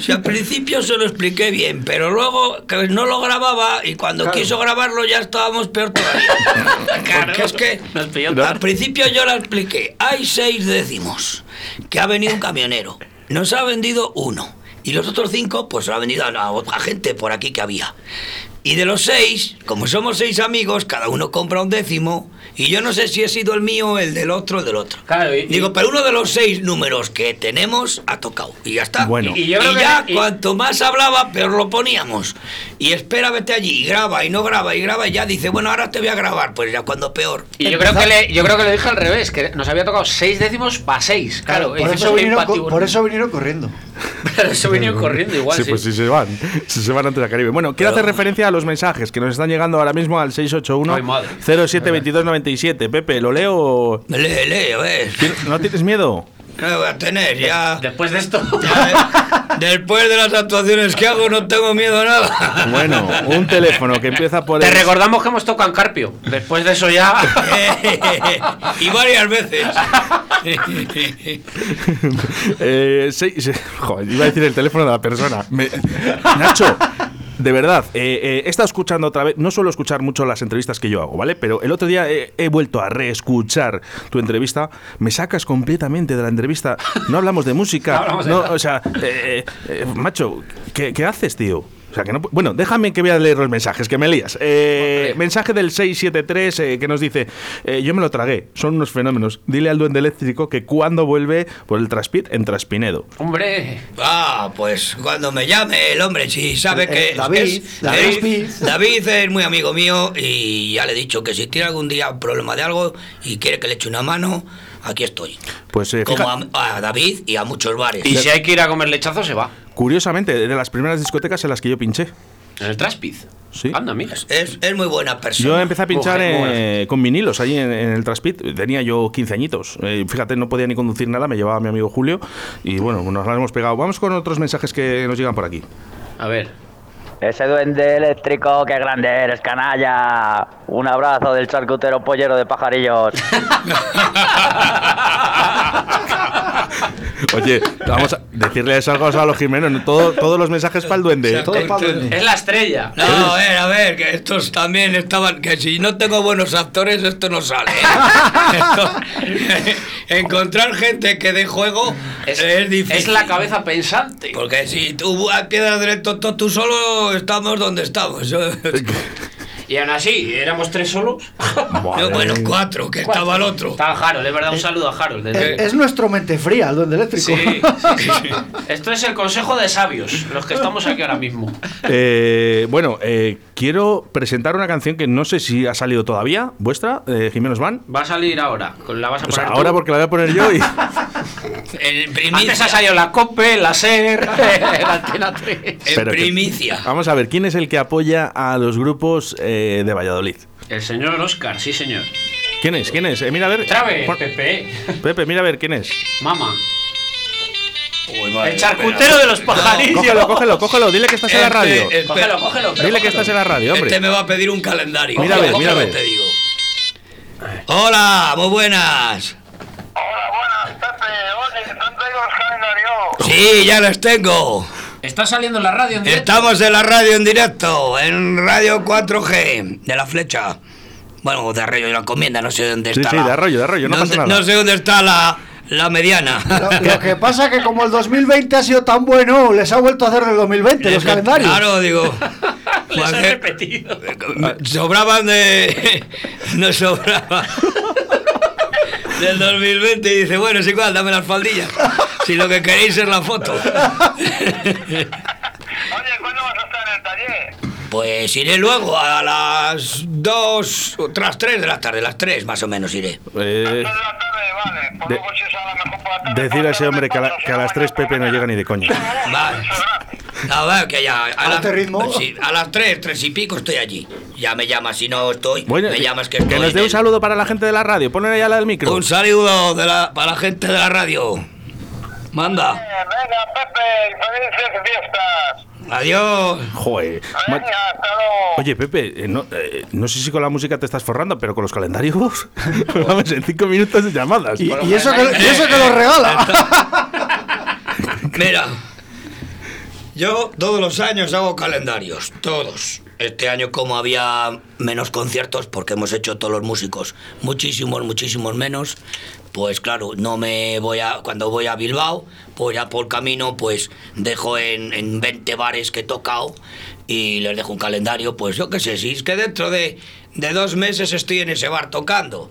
Speaker 5: Si al principio se lo expliqué bien, pero luego que no lo grababa y cuando quiso grabarlo ya estábamos peor todavía. [laughs] Porque es que
Speaker 6: Nos pilló
Speaker 5: al
Speaker 6: tarde.
Speaker 5: principio yo la expliqué. Hay seis décimos que ha venido un camionero. Nos ha vendido uno. Y los otros cinco, pues lo ha vendido a, la otra gente por aquí que había. Y de los seis, como somos seis amigos, cada uno compra un décimo. Y yo no sé si he sido el mío, el del otro, el del otro.
Speaker 6: Claro, y-
Speaker 5: Digo, pero uno de los seis números que tenemos ha tocado. Y ya está.
Speaker 3: Bueno.
Speaker 5: Y, y yo creo
Speaker 6: que-
Speaker 5: ya
Speaker 6: y-
Speaker 5: cuanto más hablaba, peor lo poníamos. Y espera, vete allí, y graba, y no graba, y graba, y ya dice, bueno, ahora te voy a grabar. Pues ya cuando peor.
Speaker 6: Y yo creo, que le, yo creo que le dije al revés, que nos había tocado seis décimos para seis. Claro,
Speaker 7: por,
Speaker 6: hicimos
Speaker 7: eso
Speaker 6: un
Speaker 7: vinieron,
Speaker 6: empate
Speaker 7: co- por
Speaker 6: uno.
Speaker 7: eso vinieron corriendo.
Speaker 6: [laughs] Pero eso vinieron corriendo igual.
Speaker 3: Sí,
Speaker 6: sí.
Speaker 3: pues sí se van. Sí se van antes la Caribe. Bueno, quiero hacer referencia a los mensajes que nos están llegando ahora mismo al
Speaker 6: Ay, madre.
Speaker 3: 681-072297. Pepe, ¿lo leo? o-
Speaker 5: Lee, lee, a ver.
Speaker 3: ¿No tienes miedo?
Speaker 5: ¿Qué voy a tener? Ya.
Speaker 6: Después de esto.
Speaker 3: [laughs]
Speaker 6: [laughs]
Speaker 5: ya, eh, Después de las actuaciones que hago, no tengo miedo a nada. [laughs]
Speaker 3: Bueno, un teléfono que empieza por
Speaker 6: Te
Speaker 3: el-
Speaker 6: recordamos que hemos tocado en Carpio. Después de eso ya.
Speaker 5: [laughs]
Speaker 6: [laughs]
Speaker 5: Eh, y varias
Speaker 3: [laughs]
Speaker 5: veces.
Speaker 3: Eh, seis- se- joder, iba a decir el teléfono de la persona. Me- Nacho, de verdad, eh, eh, he estado escuchando otra vez. No suelo escuchar mucho las entrevistas que yo hago, ¿vale? Pero el otro día eh, he, vuelto a reescuchar tu entrevista. Me sacas completamente de la entrevista. No hablamos de música.
Speaker 6: No hablamos de
Speaker 3: no,
Speaker 6: nada.
Speaker 3: o sea, eh, eh, eh, macho, ¿qué, qué haces, tío? O sea, que no, pu- bueno, déjame que voy a leer los mensajes, que me lías. Eh, mensaje del 673 eh, que nos dice, eh, yo me lo tragué, son unos fenómenos. Dile al duende eléctrico que cuando vuelve por el Traspit en Traspinedo.
Speaker 6: Hombre.
Speaker 5: Ah, pues cuando me llame el hombre, si sabe
Speaker 7: Eh,
Speaker 5: que
Speaker 7: eh, David,
Speaker 5: es,
Speaker 7: David.
Speaker 5: es- David es muy amigo mío y ya le he dicho que si tiene algún día un problema de algo y quiere que le eche una mano, aquí estoy.
Speaker 3: Pues eh,
Speaker 5: Como
Speaker 3: fija-
Speaker 5: a, a David y a muchos bares.
Speaker 6: Y si hay que ir a comer lechazo, se va.
Speaker 3: curiosamente, de las primeras discotecas en las que yo pinché.
Speaker 6: En el Traspiz.
Speaker 3: Sí.
Speaker 6: Anda, mira.
Speaker 5: Es, es muy buena
Speaker 3: Yo
Speaker 5: persona.
Speaker 3: empecé a pinchar
Speaker 6: Mujer,
Speaker 3: eh,
Speaker 6: mujer.
Speaker 3: con vinilos ahí en, en el Traspit. Tenía yo 15 añitos. Eh, fíjate, no podía ni conducir nada. Me llevaba mi amigo Julio. Y bueno, nos la hemos pegado. Vamos con otros mensajes que nos llegan por aquí.
Speaker 6: A ver.
Speaker 10: Ese duende eléctrico, qué grande eres, canalla. Un abrazo del charcutero pollero de pajarillos.
Speaker 3: Oye, vamos a decirles algo a los Jimenos. ¿no? Todo- todos los mensajes para el duende.
Speaker 7: Todo
Speaker 5: Eh,
Speaker 7: para
Speaker 6: [laughs] Es la estrella.
Speaker 5: No, a ver, a ver, que estos también estaban. Que si no tengo buenos actores, esto no
Speaker 3: [laughs]
Speaker 5: sale. ¿eh? Esto- [laughs] encontrar gente que dé juego es, difícil.
Speaker 6: es la cabeza pensante.
Speaker 5: Porque si tú a piedra directo to- tú solo estamos donde estamos.
Speaker 3: [laughs]
Speaker 5: Yo-
Speaker 6: Y aún así, éramos tres solos.
Speaker 5: yo, bueno, cuatro, que estaba el otro.
Speaker 6: Estaba Harold, es verdad. Un saludo a Harold. desde-
Speaker 7: Es, es nuestro mente fría, el duende eléctrico.
Speaker 6: Sí, sí, sí. Esto es el consejo de sabios, los que estamos aquí ahora mismo.
Speaker 3: Eh, bueno, eh, quiero presentar una canción que no sé si ha salido todavía, vuestra, eh, Jimenos Van.
Speaker 6: Va a salir ahora. con- La vas a
Speaker 3: O sea,
Speaker 6: poner tú.
Speaker 3: ahora porque la voy a
Speaker 5: [laughs]
Speaker 3: poner yo y.
Speaker 5: En
Speaker 6: Antes
Speaker 5: primicia.
Speaker 6: ha salido la COPE, la [laughs] SER, la Antena 3.
Speaker 5: En
Speaker 3: Pero que-
Speaker 5: primicia.
Speaker 3: Vamos a ver, ¿quién es el que apoya a los grupos eh, de Valladolid?
Speaker 6: El señor Oscar, sí señor.
Speaker 3: ¿Quién es? ¿Quién es? Eh, mira a ver.
Speaker 6: Traves,
Speaker 3: Pon-
Speaker 6: Pepe,
Speaker 3: Pepe, mira a ver, ¿quién es?
Speaker 6: mama.
Speaker 5: Uy,
Speaker 3: pues
Speaker 5: madre,
Speaker 6: El charcutero
Speaker 5: espera.
Speaker 6: de los pajarillos.
Speaker 3: Cógelo, cógelo, cógelo, dile que estás en la
Speaker 5: Este-
Speaker 3: radio.
Speaker 5: este-
Speaker 6: Cógelo, cógelo. pero
Speaker 3: Dile que
Speaker 6: cógelo.
Speaker 3: estás en la radio,
Speaker 5: Este
Speaker 3: hombre.
Speaker 5: me va a pedir un calendario.
Speaker 3: Mira a ver,
Speaker 5: Cógelo,
Speaker 3: mira a ver.
Speaker 5: te digo. Hola, muy buenas.
Speaker 4: Hola, buenas, Pepe. Oye, ¿dónde los calendarios?
Speaker 5: Sí, ya los tengo.
Speaker 11: Está saliendo en la radio en directo.
Speaker 5: Estamos en la radio en directo, en Radio 4G, de la flecha. Bueno, de Arroyo de la Encomienda, no sé dónde
Speaker 3: Sí,
Speaker 5: está.
Speaker 3: sí,
Speaker 5: la-
Speaker 3: de Arroyo, de Arroyo, no
Speaker 5: dónde-
Speaker 3: pasa nada.
Speaker 5: No sé dónde está la, la mediana.
Speaker 7: Lo, lo que pasa que como el 2020 ha sido tan bueno, les ha vuelto a hacer
Speaker 5: [laughs]
Speaker 7: el 2020 los
Speaker 5: Es que,
Speaker 7: calendarios.
Speaker 5: Claro,
Speaker 7: [laughs]
Speaker 5: digo. Les he
Speaker 11: repetido.
Speaker 5: Sobraban de. [laughs] No sobraban. [laughs] Del 2020 y dice, bueno, es igual, dame las faldillas. Si lo que queréis es la foto.
Speaker 7: [laughs]
Speaker 5: Oye, ¿cuándo vas a estar en el taller? Pues iré luego a las 2, tras 3 de la tarde, las 3 más o menos iré.
Speaker 3: Eh, de- decir a ese hombre que a, la- que a las 3 Pepe no llega ni de coña.
Speaker 5: Vale. No, va, que ya. A, las,
Speaker 7: este ritmo?
Speaker 5: sí, a las 3, 3 y pico estoy allí. Ya me llamas, si no estoy.
Speaker 3: Bueno,
Speaker 5: me llamas que
Speaker 3: que
Speaker 5: estoy.
Speaker 3: nos
Speaker 5: en
Speaker 3: dé un
Speaker 5: el-
Speaker 3: saludo para la gente de la radio. Ponle ahí la del micro.
Speaker 5: Un saludo de la, para la gente de la radio. Manda.
Speaker 4: Venga, Pepe, felices fiestas.
Speaker 5: Adiós.
Speaker 3: Joder. Ma-
Speaker 4: Venga, hasta luego.
Speaker 3: Oye, Pepe, eh, no, eh, no sé si con la música te estás forrando, pero con los calendarios. [laughs] uf, Vamos, en 5 minutos de llamadas.
Speaker 7: Y, y eso que, y eso que los regala. [laughs]
Speaker 5: Mira, yo todos los años hago calendarios, todos. Este año como había menos conciertos, porque hemos hecho todos los músicos, muchísimos, muchísimos menos, pues claro, no me voy a, cuando voy a Bilbao, voy a por camino, pues dejo en, en 20 bares que he tocado y les dejo un calendario, pues yo qué sé, si es que dentro de, de dos meses estoy en ese bar tocando,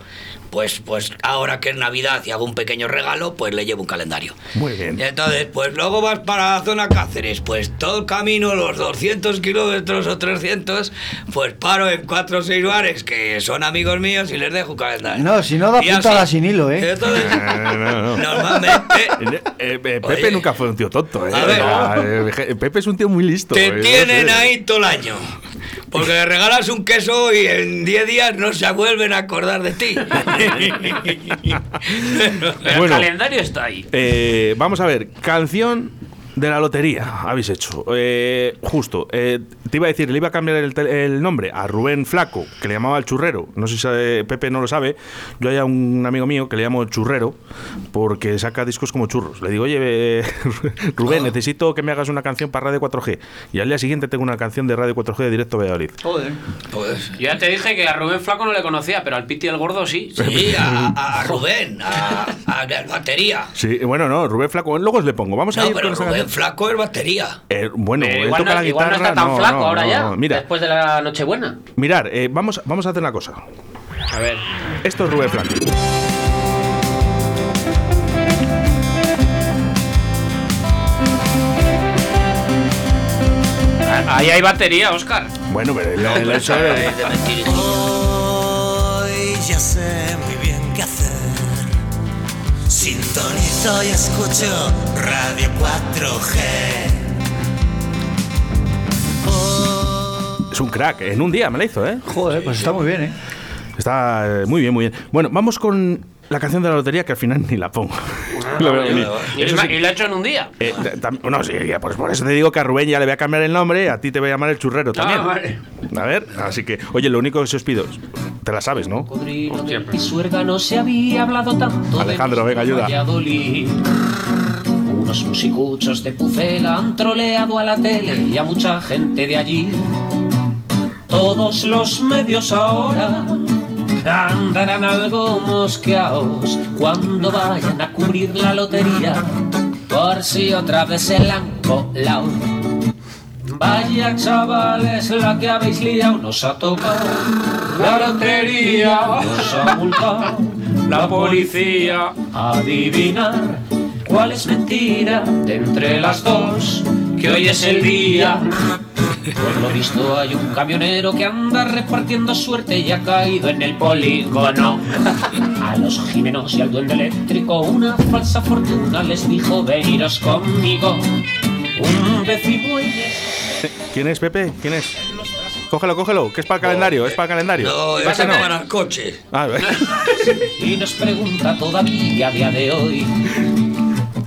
Speaker 5: pues, pues ahora que es Navidad y hago un pequeño regalo, pues le llevo un calendario.
Speaker 3: Muy bien.
Speaker 5: Entonces, pues luego vas para la zona Cáceres, pues todo el camino, los 200 kilómetros o 300, pues paro en cuatro o seis bares que son amigos míos y les dejo un calendario.
Speaker 7: No, si no da
Speaker 5: Y así.
Speaker 7: puntada sin hilo, ¿eh?
Speaker 3: [laughs]
Speaker 5: Entonces,
Speaker 3: No, Ah, no, no. [laughs]
Speaker 5: normalmente
Speaker 3: Eh, eh, eh, Pepe
Speaker 5: Oye.
Speaker 3: nunca fue un tío tonto, ¿eh?
Speaker 5: A ver.
Speaker 3: O sea, eh, Pepe es un tío muy listo.
Speaker 5: te
Speaker 3: eh, no
Speaker 5: tienen
Speaker 3: sé.
Speaker 5: ahí todo el año. Porque le regalas un queso y en 10 días no se vuelven a acordar de
Speaker 3: [laughs]
Speaker 5: ti.
Speaker 6: Pero
Speaker 3: Bueno.
Speaker 6: el calendario está ahí.
Speaker 3: Eh, vamos a ver, canción de la lotería habéis hecho. Eh, justo, eh, te iba a decir, le iba a cambiar el, tel- el nombre a Rubén Flaco, que le llamaba el churrero. No sé si sabe- Pepe no lo sabe. Yo hay un amigo mío que le llamo el churrero porque saca discos como churros. Le digo, oye, eh, [laughs] Rubén,
Speaker 6: Ah.
Speaker 3: necesito que me hagas una canción para Radio 4G. Y al día siguiente tengo una canción de Radio 4G de directo Valladolid.
Speaker 6: Joder.
Speaker 5: Pues,
Speaker 6: Yo ya te dije que a Rubén Flaco no le conocía, pero al Piti el Gordo sí.
Speaker 5: sí, a, a Rubén, a, a la batería.
Speaker 3: Sí, bueno, no, Rubén Flaco, luego os le pongo. Vamos a
Speaker 5: No,
Speaker 3: ir
Speaker 5: pero
Speaker 3: con esta
Speaker 5: Rubén
Speaker 3: canción.
Speaker 5: Flaco es batería.
Speaker 3: Eh, bueno,
Speaker 6: Eh,
Speaker 3: él
Speaker 6: igual,
Speaker 3: toca
Speaker 6: no,
Speaker 3: la
Speaker 6: igual no
Speaker 3: guitarra.
Speaker 6: está tan
Speaker 3: no,
Speaker 6: flaco
Speaker 3: no,
Speaker 6: ahora
Speaker 3: no,
Speaker 6: ya,
Speaker 3: no. Mira,
Speaker 6: después de la Nochebuena.
Speaker 3: Mirar, eh, vamos, vamos a hacer una cosa.
Speaker 6: A ver.
Speaker 3: Esto es Rubén Flaco.
Speaker 6: Ahí hay batería, Oscar.
Speaker 3: Bueno, pero el, el hecho
Speaker 5: Es
Speaker 3: es-
Speaker 5: de mentir.
Speaker 12: Hoy ya sé muy bien qué hacer. Sintonizo y escucho Radio 4G.
Speaker 3: es un crack. En un día me la hizo, ¿eh?
Speaker 7: Joder, pues está muy bien, ¿eh?
Speaker 3: Está eh, muy bien, muy bien. Bueno, vamos con la canción de la lotería que al final ni la pongo. Lo veo venir.
Speaker 6: Y,
Speaker 3: Eso
Speaker 6: lo
Speaker 3: sí.
Speaker 6: y lo ha hecho en un día.
Speaker 3: Eh, ta- tam- no, sí, ya, pues por eso te digo que a Rubén ya le voy a cambiar el nombre, a ti te voy a llamar el churrero también.
Speaker 6: vale.
Speaker 3: A ver, así que, oye, lo único que se os pido, te la sabes, ¿no?
Speaker 13: Y su no se había hablado tanto
Speaker 3: Alejandro,
Speaker 13: de
Speaker 3: venga, ayuda.
Speaker 13: Valladolid. Unos musicuchos de Pucela han troleado a la tele y a mucha gente de allí. Todos los medios ahora andarán algo mosqueados cuando vayan a cubrir la lotería por si otra vez se la han colado. Vaya chavales, la que habéis liado nos ha tocado la lotería, nos ha multado la policía. Adivinar cuál es mentira de entre las dos, que hoy es el día. Por lo visto hay un camionero que anda repartiendo suerte y ha caído en el polígono. A los jimenos y al duende eléctrico una falsa fortuna les dijo veniros conmigo. Un vecino
Speaker 3: ¿Quién es, Pepe? ¿Quién es? Cógelo, cógelo, que es para el calendario, es para el calendario.
Speaker 5: No,
Speaker 3: ¿Qué
Speaker 5: es
Speaker 3: pasa, no?
Speaker 5: para el coche.
Speaker 3: Ah, [laughs]
Speaker 13: y nos pregunta todavía a día de hoy.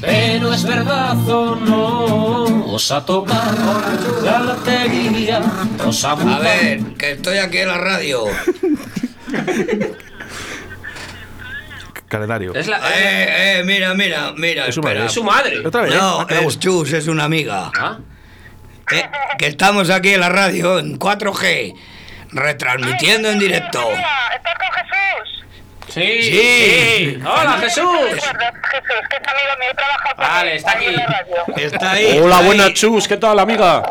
Speaker 13: Pero es verdad o no, os ha tocado la lotería, os ha
Speaker 5: A
Speaker 13: multado.
Speaker 5: ver, que estoy aquí en la radio. [laughs] Eh,
Speaker 3: calendario.
Speaker 6: Es la.
Speaker 5: Eh, eh, mira, mira, mira,
Speaker 3: Es su
Speaker 5: espera.
Speaker 3: madre.
Speaker 6: Es su madre.
Speaker 3: Otra vez. ¿eh?
Speaker 5: No,
Speaker 3: Ah, que la
Speaker 5: es Chus, es una amiga.
Speaker 6: Ah,
Speaker 5: eh, que estamos aquí en la radio en 4G, retransmitiendo en directo.
Speaker 4: Sí, sí. Hola, Jesús. Vale, está aquí.
Speaker 3: [laughs]
Speaker 5: Está ahí.
Speaker 14: Hola, buenas chus, ¿qué tal, amiga?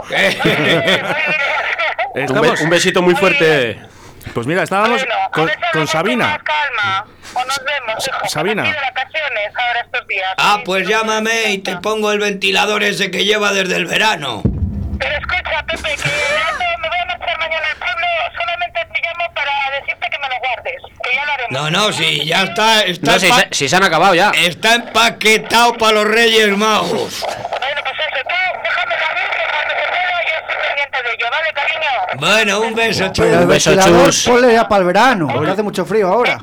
Speaker 14: un, be- un besito muy fuerte.
Speaker 3: Pues mira, estábamos con, con Sabina. Sabina.
Speaker 5: [laughs] Ah, pues llámame y te pongo el ventilador ese que lleva desde el verano. [laughs] No, no, sí, ya está. está
Speaker 4: No, si se-
Speaker 5: han acabado ya. Está empaquetado para los Reyes Magos.
Speaker 4: pues
Speaker 5: Bueno, un beso, chus.
Speaker 7: Pero el ventilador ponle ya para el verano, que hace mucho frío ahora.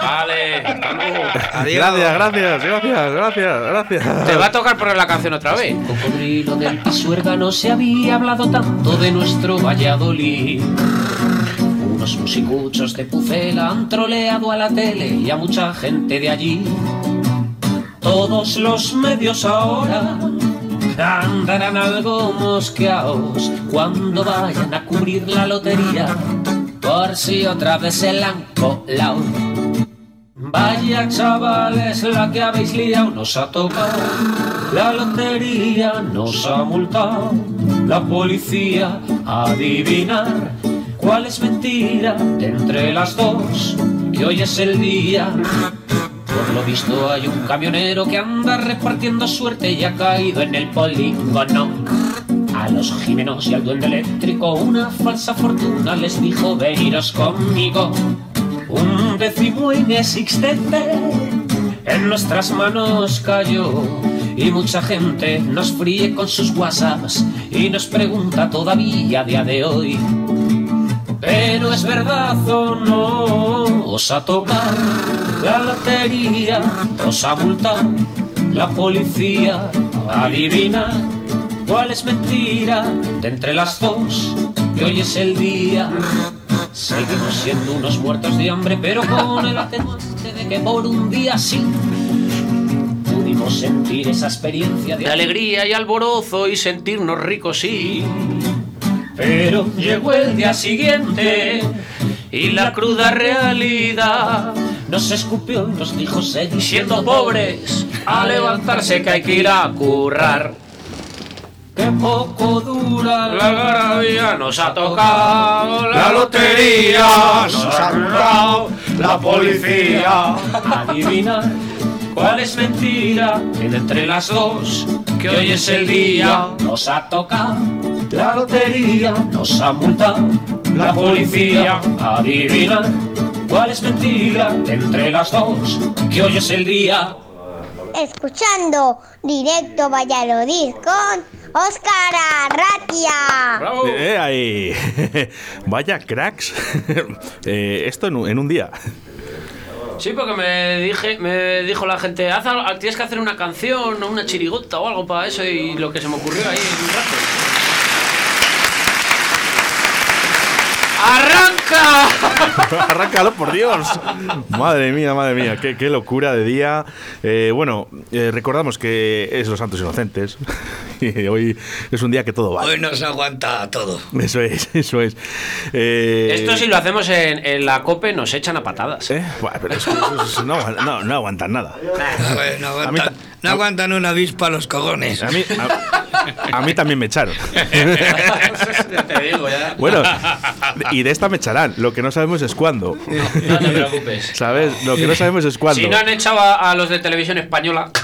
Speaker 4: Vale.
Speaker 3: Gracias, gracias, gracias, gracias, gracias.
Speaker 4: Te va a tocar poner la canción otra vez.
Speaker 6: Cocodrilo del Pisuerga no se había hablado tanto de nuestro Valladolid. Unos musicuchos de Pucela han troleado a la tele y a mucha gente de allí. Todos los medios ahora andarán algo mosqueados cuando vayan a cubrir la lotería. Por si otra vez se la han colado. Vaya chavales, la que habéis liado nos ha tocado. La lotería nos ha multado. La policía a adivinar cuál es mentira de entre las dos. Que hoy es el día. Por lo visto hay un camionero que anda repartiendo suerte y ha caído en el polígono. A los jimenos y al duende eléctrico una falsa fortuna les dijo veniros conmigo. Un décimo inexistente en nuestras manos cayó y mucha gente nos fríe con sus whatsapps y nos pregunta todavía a día de hoy. Pero es verdad o no, os ha tocado la lotería, os ha multado la policía, adivina cuál es mentira de entre las dos, que hoy es el día. Seguimos siendo unos muertos de hambre, pero con el atenuante de que por un día sí pudimos sentir esa experiencia de
Speaker 4: De alegría y alborozo y sentirnos ricos, sí.
Speaker 6: Pero llegó el día siguiente
Speaker 4: y la cruda realidad
Speaker 6: nos escupió y nos dijo seguir
Speaker 4: siendo pobres a levantarse que hay que ir a currar.
Speaker 6: Que poco dura
Speaker 4: la garabía, nos ha tocado la lotería, nos ha currado la policía.
Speaker 6: Adivinar cuál es mentira de entre las dos que hoy es el día nos ha tocado la lotería nos ha multado la policía adivinar cuál es mentira de entre las dos que hoy es el día
Speaker 2: Escuchando directo Valladolid con Óscar Arratia.
Speaker 3: Eh, ahí. [laughs] Vaya cracks. [laughs] Eh, esto en un, en un día. [laughs]
Speaker 4: Sí, porque me dije, me dijo la gente, "Haz al- tienes que hacer una canción o una chirigota o algo para eso y lo que se me ocurrió ahí en un rato. ¡Arranca! [laughs]
Speaker 3: Arráncalo, por Dios. Madre mía, madre mía, qué, qué locura de día. Eh, bueno, eh, recordamos que es los Santos Inocentes. [laughs] Y hoy es un día que todo vale.
Speaker 5: Hoy nos aguanta todo.
Speaker 3: Eso es, eso es. Eh,
Speaker 4: Esto si lo hacemos en, en la COPE nos echan a [laughs] patadas.
Speaker 3: Buah, pero es que eso es- no, aguan- no, no aguantan nada.
Speaker 5: A ver, no
Speaker 3: A mí
Speaker 5: aguantan, no aguantan una avispa los cojones.
Speaker 3: A mí, a- a mí también
Speaker 5: [laughs]
Speaker 3: me echaron.
Speaker 4: Te digo ya.
Speaker 3: Bueno, y de esta me echarán. Lo que no sabemos es cuándo.
Speaker 4: No [laughs] te preocupes.
Speaker 3: ¿Sabes? Lo que no sabemos es cuándo.
Speaker 4: Si no han echado a, a los de televisión española. [laughs]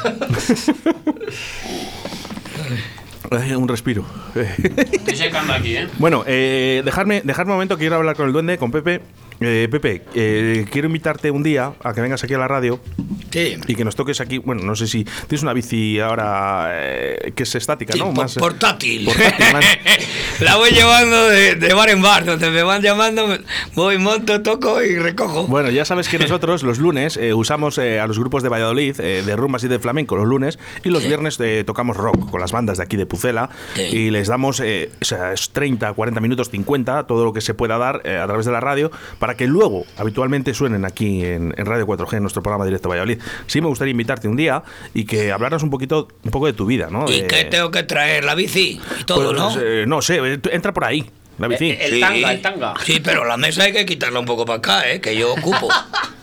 Speaker 3: Ay, Un respiro.
Speaker 4: Estoy secando aquí, ¿eh?
Speaker 3: Bueno, eh, dejarme, dejarme un momento, quiero hablar con el duende, con Pepe. Eh, Pepe, eh, quiero invitarte un día a que vengas aquí a la radio y que nos toques aquí. Bueno, no sé si tienes una bici ahora eh, que es estática,
Speaker 5: Sí,
Speaker 3: ¿no? eh.
Speaker 5: por- portátil.
Speaker 3: portátil, más-
Speaker 5: [laughs] La voy llevando de, de bar en bar, donde me van llamando, me- voy, monto, toco y recojo.
Speaker 3: Bueno, ya sabes que nosotros los lunes eh, usamos eh, a los grupos de Valladolid, eh, de rumbas y de flamenco los lunes, y los viernes eh, tocamos rock con las bandas de aquí de Pucela, y les damos eh, o sea, es 30, 40 minutos, 50, todo lo que se pueda dar eh, a través de la radio, para para que luego habitualmente suenen aquí en, en Radio 4G, en nuestro programa Directo Valladolid. Sí me gustaría invitarte un día y que hablaras un poquito un poco de tu vida, ¿no?
Speaker 5: ¿Y
Speaker 3: De-
Speaker 5: qué tengo que traer? ¿La bici? Y todo,
Speaker 3: eh, Pues,
Speaker 5: ¿no?
Speaker 3: eh, no sé, eh, tú entra por ahí, la bici.
Speaker 5: Eh, tanga. Sí, pero la mesa hay que quitarla un poco para acá, ¿eh? Que yo
Speaker 3: [laughs]
Speaker 5: ocupo.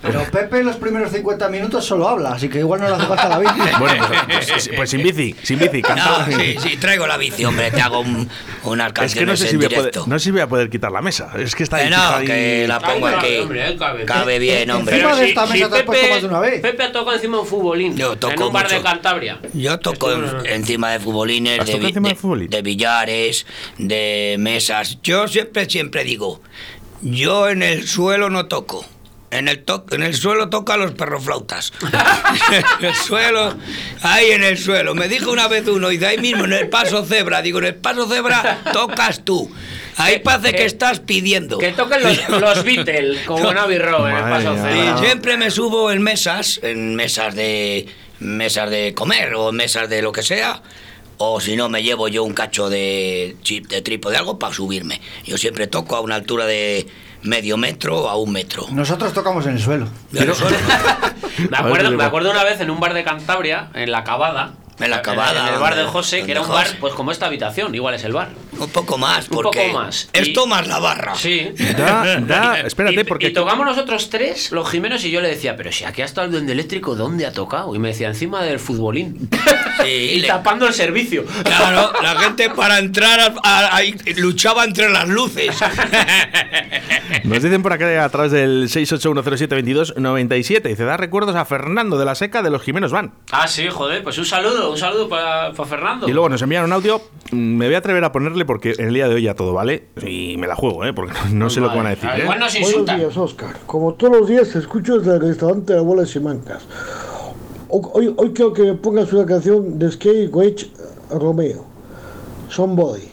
Speaker 7: Pero Pepe en los primeros 50 minutos solo habla, así que igual no le hace falta la bici.
Speaker 3: [laughs] Bueno,
Speaker 5: [laughs]
Speaker 3: pues, pues- pues sin bici, sin bici, cantaba.
Speaker 5: No, sí, sí, traigo la bici, hombre. Te hago un, unas canciones
Speaker 3: Es que no sé,
Speaker 5: en
Speaker 3: si voy a poder,
Speaker 5: directo.
Speaker 3: no sé si voy a poder quitar la mesa. Es que está
Speaker 5: Que
Speaker 3: ahí.
Speaker 5: Eh, no,
Speaker 3: fija ahí.
Speaker 5: que la pongo
Speaker 6: Cabe,
Speaker 5: aquí.
Speaker 6: hombre, eh, cabe.
Speaker 5: Cabe bien, hombre.
Speaker 7: Encima de esta mesa te has puesto más de una vez.
Speaker 6: Pepe ha tocado encima un futbolín.
Speaker 5: Yo toco
Speaker 6: en un bar de
Speaker 5: mucho.
Speaker 6: Cantabria.
Speaker 5: Yo toco en- encima de futbolines,
Speaker 6: ¿Has
Speaker 5: de,
Speaker 6: tocado
Speaker 5: bi-
Speaker 6: encima
Speaker 5: de- de billares, de mesas. Yo siempre, siempre digo, yo en el suelo no toco. En el, to- en el suelo toca los [laughs] perroflautas. en el suelo, ahí en el suelo. Me dijo una vez uno, y de ahí mismo, en el paso cebra. Digo, en el paso cebra tocas tú. Ahí parece que estás pidiendo.
Speaker 6: Que toquen
Speaker 5: [laughs]
Speaker 3: [laughs]
Speaker 6: los, los Beatles, como Navi Row en el paso
Speaker 5: Y
Speaker 6: cero.
Speaker 5: siempre me subo en mesas, en mesas de mesas de comer o mesas de lo que sea. O si no, me llevo yo un cacho de chip de tripo de algo para subirme. Yo siempre toco a una altura de medio metro a un metro.
Speaker 7: Nosotros tocamos en el suelo.
Speaker 6: Me acuerdo, me acuerdo una vez en un bar de Cantabria, en la Cavada.
Speaker 5: En la Cavada,
Speaker 6: En, el bar de
Speaker 5: donde-
Speaker 6: José, que
Speaker 5: donde
Speaker 6: era un bar,
Speaker 5: José.
Speaker 6: pues como esta habitación, igual es el bar.
Speaker 5: [laughs] Un poco más,
Speaker 6: Un
Speaker 5: porque
Speaker 6: poco más.
Speaker 5: es
Speaker 6: Y-
Speaker 5: tomar la barra.
Speaker 6: Sí.
Speaker 3: Da,
Speaker 5: [laughs]
Speaker 3: da,
Speaker 6: Y,
Speaker 3: espérate, porque.
Speaker 6: y tocamos nosotros tres, los Jimenos y yo le decía, pero si aquí ha estado el duende eléctrico, ¿dónde ha tocado? Y me decía, encima
Speaker 5: [laughs]
Speaker 6: del futbolín.
Speaker 5: y
Speaker 6: y tapando el servicio.
Speaker 5: Claro, la gente para entrar a- a- ahí luchaba entre las
Speaker 6: [laughs]
Speaker 5: luces.
Speaker 3: Nos dicen por acá a través del 681072297. Dice, da recuerdos a Fernando de la Seca de los Jimenos Van.
Speaker 6: [laughs] Ah, sí, joder, pues un saludo, un saludo para, para Fernando.
Speaker 3: Y luego nos envían un audio. Mm, Me voy a atrever a ponerle porque en el día de hoy ya todo vale. Y me la juego, ¿eh? Porque no, no sé lo que van a decir. ¿eh?
Speaker 15: Buenos días, Oscar. Como todos los días, te escucho desde el restaurante de Abuelas y Mancas. Ho- Hoy, hoy quiero que me pongas una canción de Skate Wage Romeo. Somebody.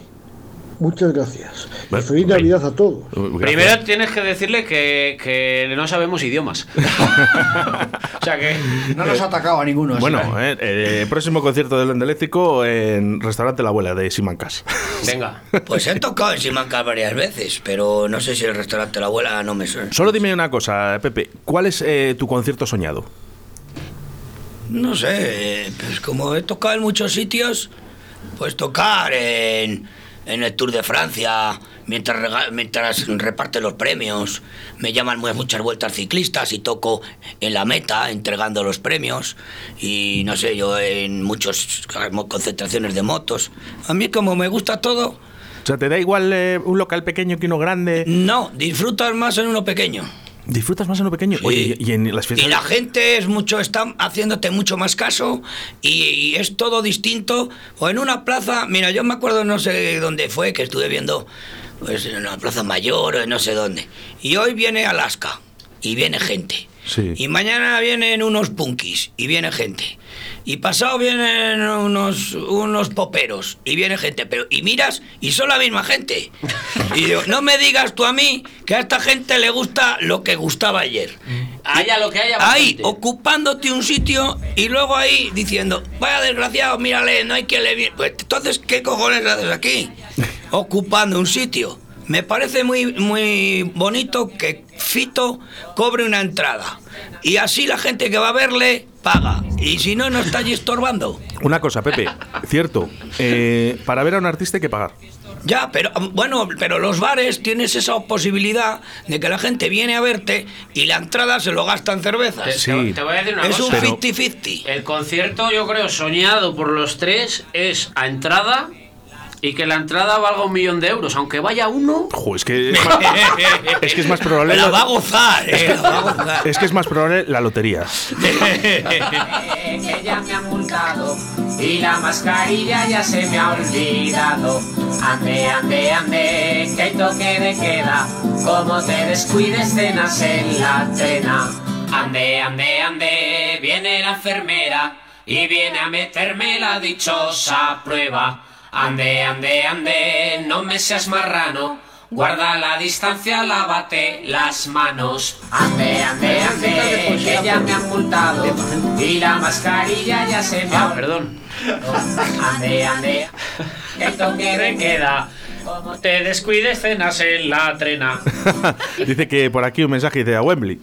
Speaker 15: Muchas gracias. Y feliz Navidad a todos.
Speaker 3: Eh,
Speaker 6: Primero tienes que decirle que, que no sabemos idiomas. o sea que.
Speaker 7: No nos ha atacado a ninguno.
Speaker 3: [laughs]
Speaker 7: así
Speaker 3: Bueno, eh, eh, próximo concierto del Duende Eléctrico en Restaurante La Abuela de Simancas. [laughs]
Speaker 6: Venga.
Speaker 5: Pues he tocado en Simancas varias veces, pero no sé si el restaurante de la abuela no me suena.
Speaker 3: Solo dime una cosa, Pepe. ¿Cuál es eh, tu concierto soñado?
Speaker 5: No sé, eh, pues como he tocado en muchos sitios, pues tocar en, en el Tour de Francia, mientras, rega- mientras reparte los premios, me llaman mu- muchas vueltas ciclistas y toco en la meta entregando los premios y no sé, yo en muchas concentraciones de motos. A mí como me gusta todo...
Speaker 3: O sea, ¿te da igual eh, un local pequeño que uno grande?
Speaker 5: No, disfrutas más en uno pequeño.
Speaker 3: ¿Disfrutas más en lo pequeño? Oye, y y en las fiestas...
Speaker 5: Y la gente es mucho, está haciéndote mucho más caso y, y es todo distinto. O en una plaza, mira, yo me acuerdo no sé dónde fue, que estuve viendo, pues en una plaza mayor o en no sé dónde. Y hoy viene Alaska y viene gente.
Speaker 3: Sí.
Speaker 5: Y mañana vienen unos punkis y viene gente. Y pasado vienen unos, unos poperos y viene gente. Pero, y miras y son la misma
Speaker 3: [laughs]
Speaker 5: gente. Y digo, no me digas tú a mí que a esta gente le gusta lo que gustaba ayer.
Speaker 6: Haya lo que haya.
Speaker 5: Ahí, ocupándote un sitio y luego ahí diciendo, vaya desgraciado, mírale, no hay quien le viene. Pues entonces, ¿qué cojones haces aquí? Ocupando un sitio. Me parece muy, muy bonito que Fito cobre una entrada. Y así la gente que va a verle paga. Y si no, no está allí estorbando.
Speaker 3: Una
Speaker 5: [laughs]
Speaker 3: cosa, Pepe, cierto. eh, para ver a un artista hay que pagar.
Speaker 5: Ya, pero bueno, pero los bares tienes esa posibilidad de que la gente viene a verte y la entrada se lo gasta en cervezas.
Speaker 6: Te- te- te voy a decir una
Speaker 5: es
Speaker 6: cosa. Pero-
Speaker 5: un 50-50.
Speaker 6: El concierto, yo creo, soñado por los tres es a entrada y que la entrada valga un millón de euros, aunque vaya uno.
Speaker 3: Jo, es
Speaker 5: [laughs]
Speaker 3: que es,
Speaker 6: eh,
Speaker 3: más, es que es más probable...
Speaker 6: La va a
Speaker 5: gozar, eh, la va a gozar.
Speaker 3: Es que es más probable
Speaker 5: [laughs]
Speaker 3: la lotería.
Speaker 16: Ella me ha multado y la mascarilla ya se me ha olvidado. Ande, ande, ande, que hay toque de queda. Como te descuides, cenas en la cena. Ande, ande, ande, viene la enfermera y viene a meterme la dichosa prueba. Ande, ande, ande, no me seas marrano. Guarda la distancia, lávate las manos. Ande, ande, ande, que ya me han multado. Y la mascarilla ya se me ha
Speaker 6: Ah, Perdón.
Speaker 16: Ande, ande, que el toque de queda.
Speaker 6: Te descuides, cenas en la trena.
Speaker 3: dice que por aquí un mensaje dice a Wembley.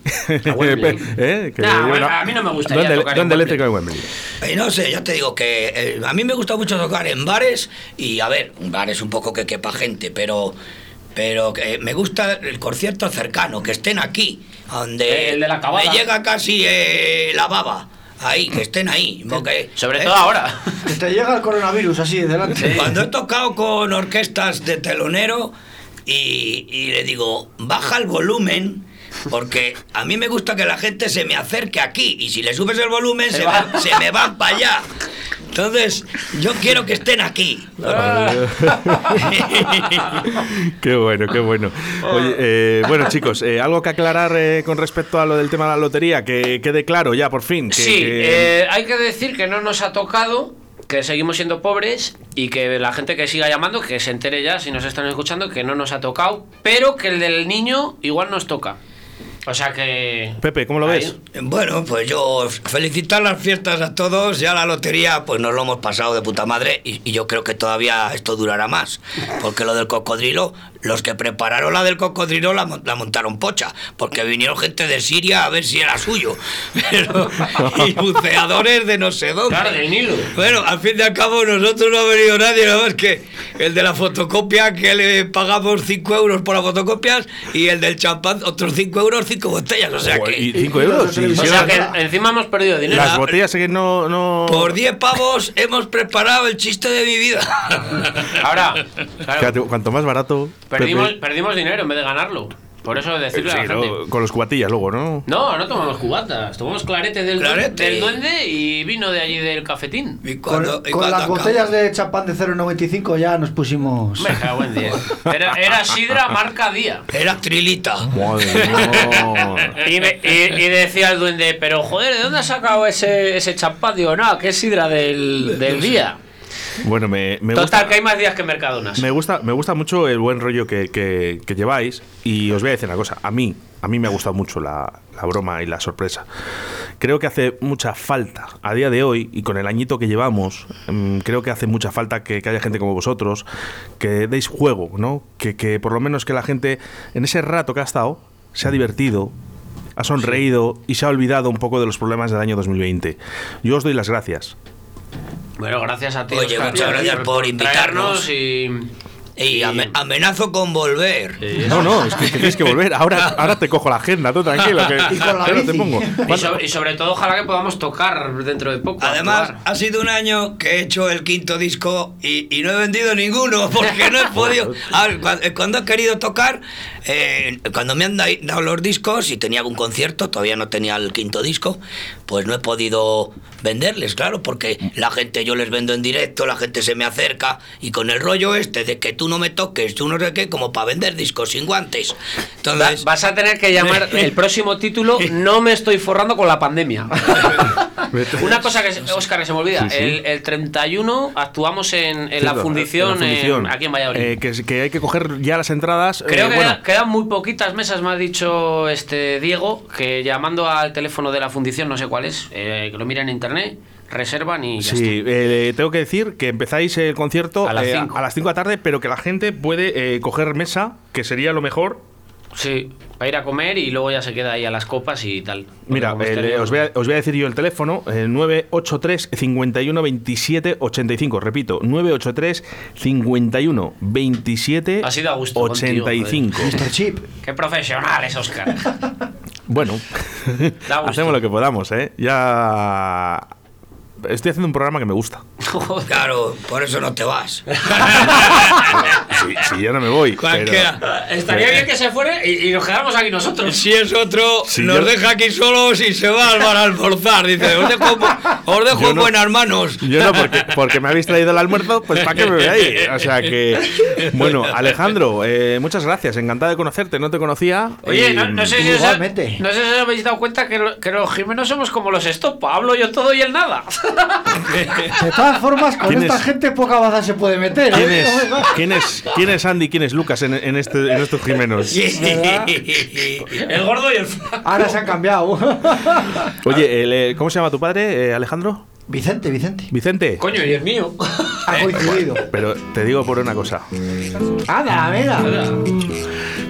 Speaker 6: Wembley.
Speaker 3: [laughs] ¿Eh? Que
Speaker 5: Nah,
Speaker 3: yo
Speaker 5: bueno, a mí no me gustaría
Speaker 3: ¿Dónde,
Speaker 5: tocar en
Speaker 3: dónde
Speaker 5: Wembley.
Speaker 3: eléctrico de Wembley?
Speaker 5: [laughs] Eh, no sé, ya te digo que eh, a mí me gusta mucho tocar en bares y a ver, bares un poco que quepa gente, pero pero que eh, me gusta el concierto cercano, que estén aquí, donde
Speaker 6: El de la cabada.
Speaker 5: me llega casi eh, la baba. Ahí, que estén ahí. porque,
Speaker 6: Sobre
Speaker 5: eh,
Speaker 6: todo ahora.
Speaker 7: Que te llega el coronavirus así, delante.
Speaker 5: Cuando he tocado con orquestas de telonero y, y le digo, baja el volumen. Porque a mí me gusta que la gente se me acerque aquí y si le subes el volumen se,
Speaker 6: va.
Speaker 5: me- se me van para allá. Entonces, yo quiero que estén aquí.
Speaker 3: [laughs] Qué bueno, qué bueno. Oye, eh, bueno, chicos, eh, algo que aclarar eh, con respecto a lo del tema de la lotería, que quede claro ya por fin. que-
Speaker 6: Sí,
Speaker 3: que-
Speaker 6: eh, hay que decir que no nos ha tocado, que seguimos siendo pobres y que la gente que siga llamando, que se entere ya si nos están escuchando, que no nos ha tocado, pero que el del niño igual nos toca. O sea que...
Speaker 3: Pepe, ¿cómo lo ves?
Speaker 5: Bueno, pues yo felicitar las fiestas a todos. Ya la lotería, pues nos lo hemos pasado de puta madre y, y yo creo que todavía esto durará más. Porque lo del cocodrilo, los que prepararon la del cocodrilo la, mon- la montaron pocha. Porque vinieron gente de Siria a ver si era suyo. [laughs] Pero, y buceadores de no sé dónde.
Speaker 6: Claro, del Nilo.
Speaker 5: Bueno, al fin y al cabo nosotros no ha venido nadie, nada más que el de la fotocopia que le pagamos 5 euros por las fotocopias y el del champán otros 5 euros, 5 botellas. O sea
Speaker 3: Joder,
Speaker 5: que...
Speaker 3: y cinco euros, y
Speaker 5: O
Speaker 3: si
Speaker 5: sea
Speaker 3: era-
Speaker 5: que-
Speaker 6: Encima hemos perdido dinero.
Speaker 3: Las botellas que no, no.
Speaker 5: por 10 pavos hemos preparado el chiste de mi vida. [laughs]
Speaker 3: [laughs]
Speaker 6: Ahora, claro,
Speaker 3: Fíjate, cuanto más barato.
Speaker 6: perdimos,
Speaker 3: Pepe.
Speaker 6: perdimos dinero en vez de ganarlo. Por eso decirle a
Speaker 3: Sí,
Speaker 6: la
Speaker 3: ¿no?
Speaker 6: gente.
Speaker 3: con los cuatillas luego, ¿no?
Speaker 6: No, no tomamos cubatas, tomamos clarete del, du-
Speaker 5: Clarete.
Speaker 6: del duende y vino de allí del cafetín.
Speaker 7: Con, con las botellas de chapán de 0,95 ya nos pusimos.
Speaker 6: Me cago en 10. Era, era sidra marca día.
Speaker 5: Era trilita.
Speaker 6: Y, me- y- y decía el duende, pero joder, ¿de dónde has sacado ese, ese champán? Digo, no, que es sidra del, del día.
Speaker 3: Bueno, me, me
Speaker 6: Total,
Speaker 3: gusta.
Speaker 6: que hay más días que mercadonas.
Speaker 3: Me gusta, me gusta mucho el buen rollo que, que- que lleváis y os voy a decir una cosa, a mí, a mí me ha gustado mucho la, la broma y la sorpresa. Creo que hace mucha falta, a día de hoy y con el añito que llevamos, mm, creo que hace mucha falta que, que haya gente como vosotros, que deis juego, ¿no? Que, que por lo menos que la gente en ese rato que ha estado se ha divertido, ha sonreído y se ha olvidado un poco de los problemas del año 2020. Yo os doy las gracias.
Speaker 6: Bueno, gracias a ti.
Speaker 5: Oye,
Speaker 6: Óscar,
Speaker 5: muchas gracias por
Speaker 6: traernos
Speaker 5: invitarnos.
Speaker 6: Y, eh,
Speaker 5: Y ame- amenazo con volver.
Speaker 3: No, no, es que, que tienes que volver. Ahora,
Speaker 6: [laughs]
Speaker 3: ahora te cojo la agenda, tú tranquilo. Que, que no te pongo.
Speaker 6: Y, sobre, y sobre todo, ojalá que podamos tocar dentro de poco.
Speaker 5: Además,
Speaker 6: actuar.
Speaker 5: ha sido un año que he hecho el quinto disco y, y no he vendido ninguno [laughs] porque no he podido. A ver, cua- eh, cuando he querido tocar, eh, cuando me han da- dado los discos y tenía algún concierto, todavía no tenía el quinto disco, pues no he podido venderles, claro, porque la gente yo les vendo en directo, la gente se me acerca y con el rollo este de que tú no me toques, tú no sé qué, como para vender discos sin guantes. Entonces,
Speaker 6: vas a tener que
Speaker 3: [laughs]
Speaker 6: llamar el próximo título No me estoy forrando con
Speaker 3: [laughs]
Speaker 6: la pandemia. Una cosa que, se- Óscar, que se me olvida.
Speaker 3: Sí, sí.
Speaker 6: El, el 31 actuamos en, en la
Speaker 3: Cierto,
Speaker 6: fundición,
Speaker 3: en la fundición.
Speaker 6: en- aquí en Valladolid.
Speaker 3: Eh, que, que hay que coger ya las entradas. eh,
Speaker 6: Creo que
Speaker 3: bueno,
Speaker 6: queda- quedan muy poquitas mesas, me ha dicho este Diego, que llamando al teléfono de la fundición, no sé cuál es, eh, que lo miren en internet, reservan y ya
Speaker 3: Sí, eh, tengo que decir que empezáis el concierto
Speaker 6: A las
Speaker 3: eh,
Speaker 6: cinco.
Speaker 3: a las 5 de la tarde, pero que la gente puede eh, coger mesa, que sería lo mejor.
Speaker 6: está. Sí, va a ir a comer y luego ya se queda ahí a las copas y tal.
Speaker 3: Mira,
Speaker 6: Porque como
Speaker 3: eh,
Speaker 6: este
Speaker 3: le-
Speaker 6: Diego-
Speaker 3: os, voy a, os voy a decir yo el teléfono, el 983 51 27 85, repito, 983 51 27
Speaker 6: Ha sido a gusto contigo, joder.
Speaker 3: 85.
Speaker 6: [laughs]
Speaker 7: Chip.
Speaker 6: Qué profesional es Óscar.
Speaker 3: Bueno, hacemos lo que podamos, ¿eh? Ya... Estoy haciendo un programa que me
Speaker 6: [laughs]
Speaker 3: gusta.
Speaker 5: claro, por eso no te vas.
Speaker 3: Si yo no me voy. pero-
Speaker 6: [laughs] [laughs] Estaría bien que se fuera y, y nos quedamos aquí nosotros.
Speaker 5: Si es otro,
Speaker 3: Sí,
Speaker 5: nos
Speaker 3: yo-
Speaker 5: deja aquí solos y se va al bar a almorzar. Dice, os dejo, os dejo
Speaker 3: Yo
Speaker 5: en
Speaker 3: no-
Speaker 5: buenas manos.
Speaker 3: Yo no, porque, porque me habéis traído el almuerzo, pues ¿para qué me veáis? O sea que. Bueno, Alejandro, eh, muchas gracias. Encantado de conocerte. No te conocía.
Speaker 6: Oye,
Speaker 3: Y-
Speaker 6: no, no sé si os, no sé si os habéis dado cuenta que, lo- que los Jimenos somos como los Estopa. Hablo yo todo y él nada.
Speaker 7: De todas formas, con
Speaker 3: ¿Quién
Speaker 7: esta
Speaker 3: es?
Speaker 7: gente poca baza se puede meter.
Speaker 3: ¿Quién
Speaker 7: ¿eh?
Speaker 3: es, quién, es, quién es Andy y quién es Lucas en, en este, en estos Jimenos?
Speaker 7: ¿Verdad?
Speaker 6: [laughs] el gordo y el flaco.
Speaker 7: Ahora se han cambiado. [laughs]
Speaker 3: Oye, el, eh, ¿cómo se llama tu padre, eh, Alejandro?
Speaker 7: Vicente, Vicente.
Speaker 3: Vicente.
Speaker 6: Coño, y el mío.
Speaker 7: Ha coincidido.
Speaker 3: Pero te digo por una cosa.
Speaker 7: Ada, venga.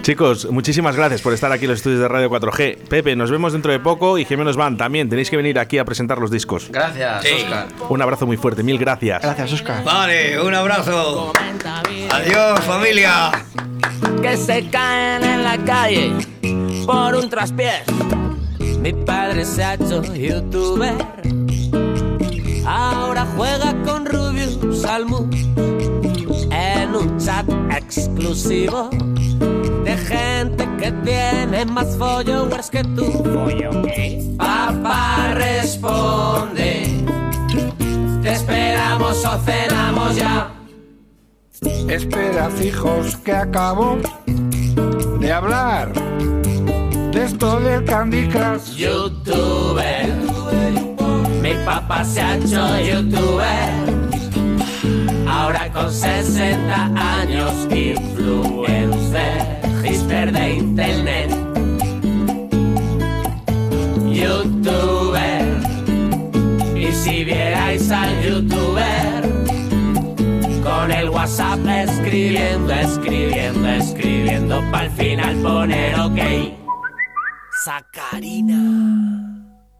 Speaker 3: Chicos, muchísimas gracias por estar aquí en los estudios de Radio 4G. Pepe, nos vemos dentro de poco y Gemelos Van también. Tenéis que venir aquí a presentar los discos.
Speaker 6: Gracias, Oscar.
Speaker 3: Un abrazo muy fuerte, mil gracias.
Speaker 7: Gracias, Oscar.
Speaker 5: Vale, un abrazo. Adiós, familia.
Speaker 9: que se caen en la calle por un traspiés. Mi padre se ha hecho youtuber, ahora juega con Rubius Salmú en un chat exclusivo de gente que tiene más followers que tú. Papá responde, te esperamos o cenamos ya.
Speaker 17: Espera, hijos, que acabo de hablar de esto del Candy Crush.
Speaker 9: youtuber. Mi papá se ha hecho youtuber. Ahora con 60 años, influencer, hipster de internet. Youtuber. Y si vierais al youtuber, con el WhatsApp escribiendo, escribiendo, escribiendo, para al final poner ok. Sacarina.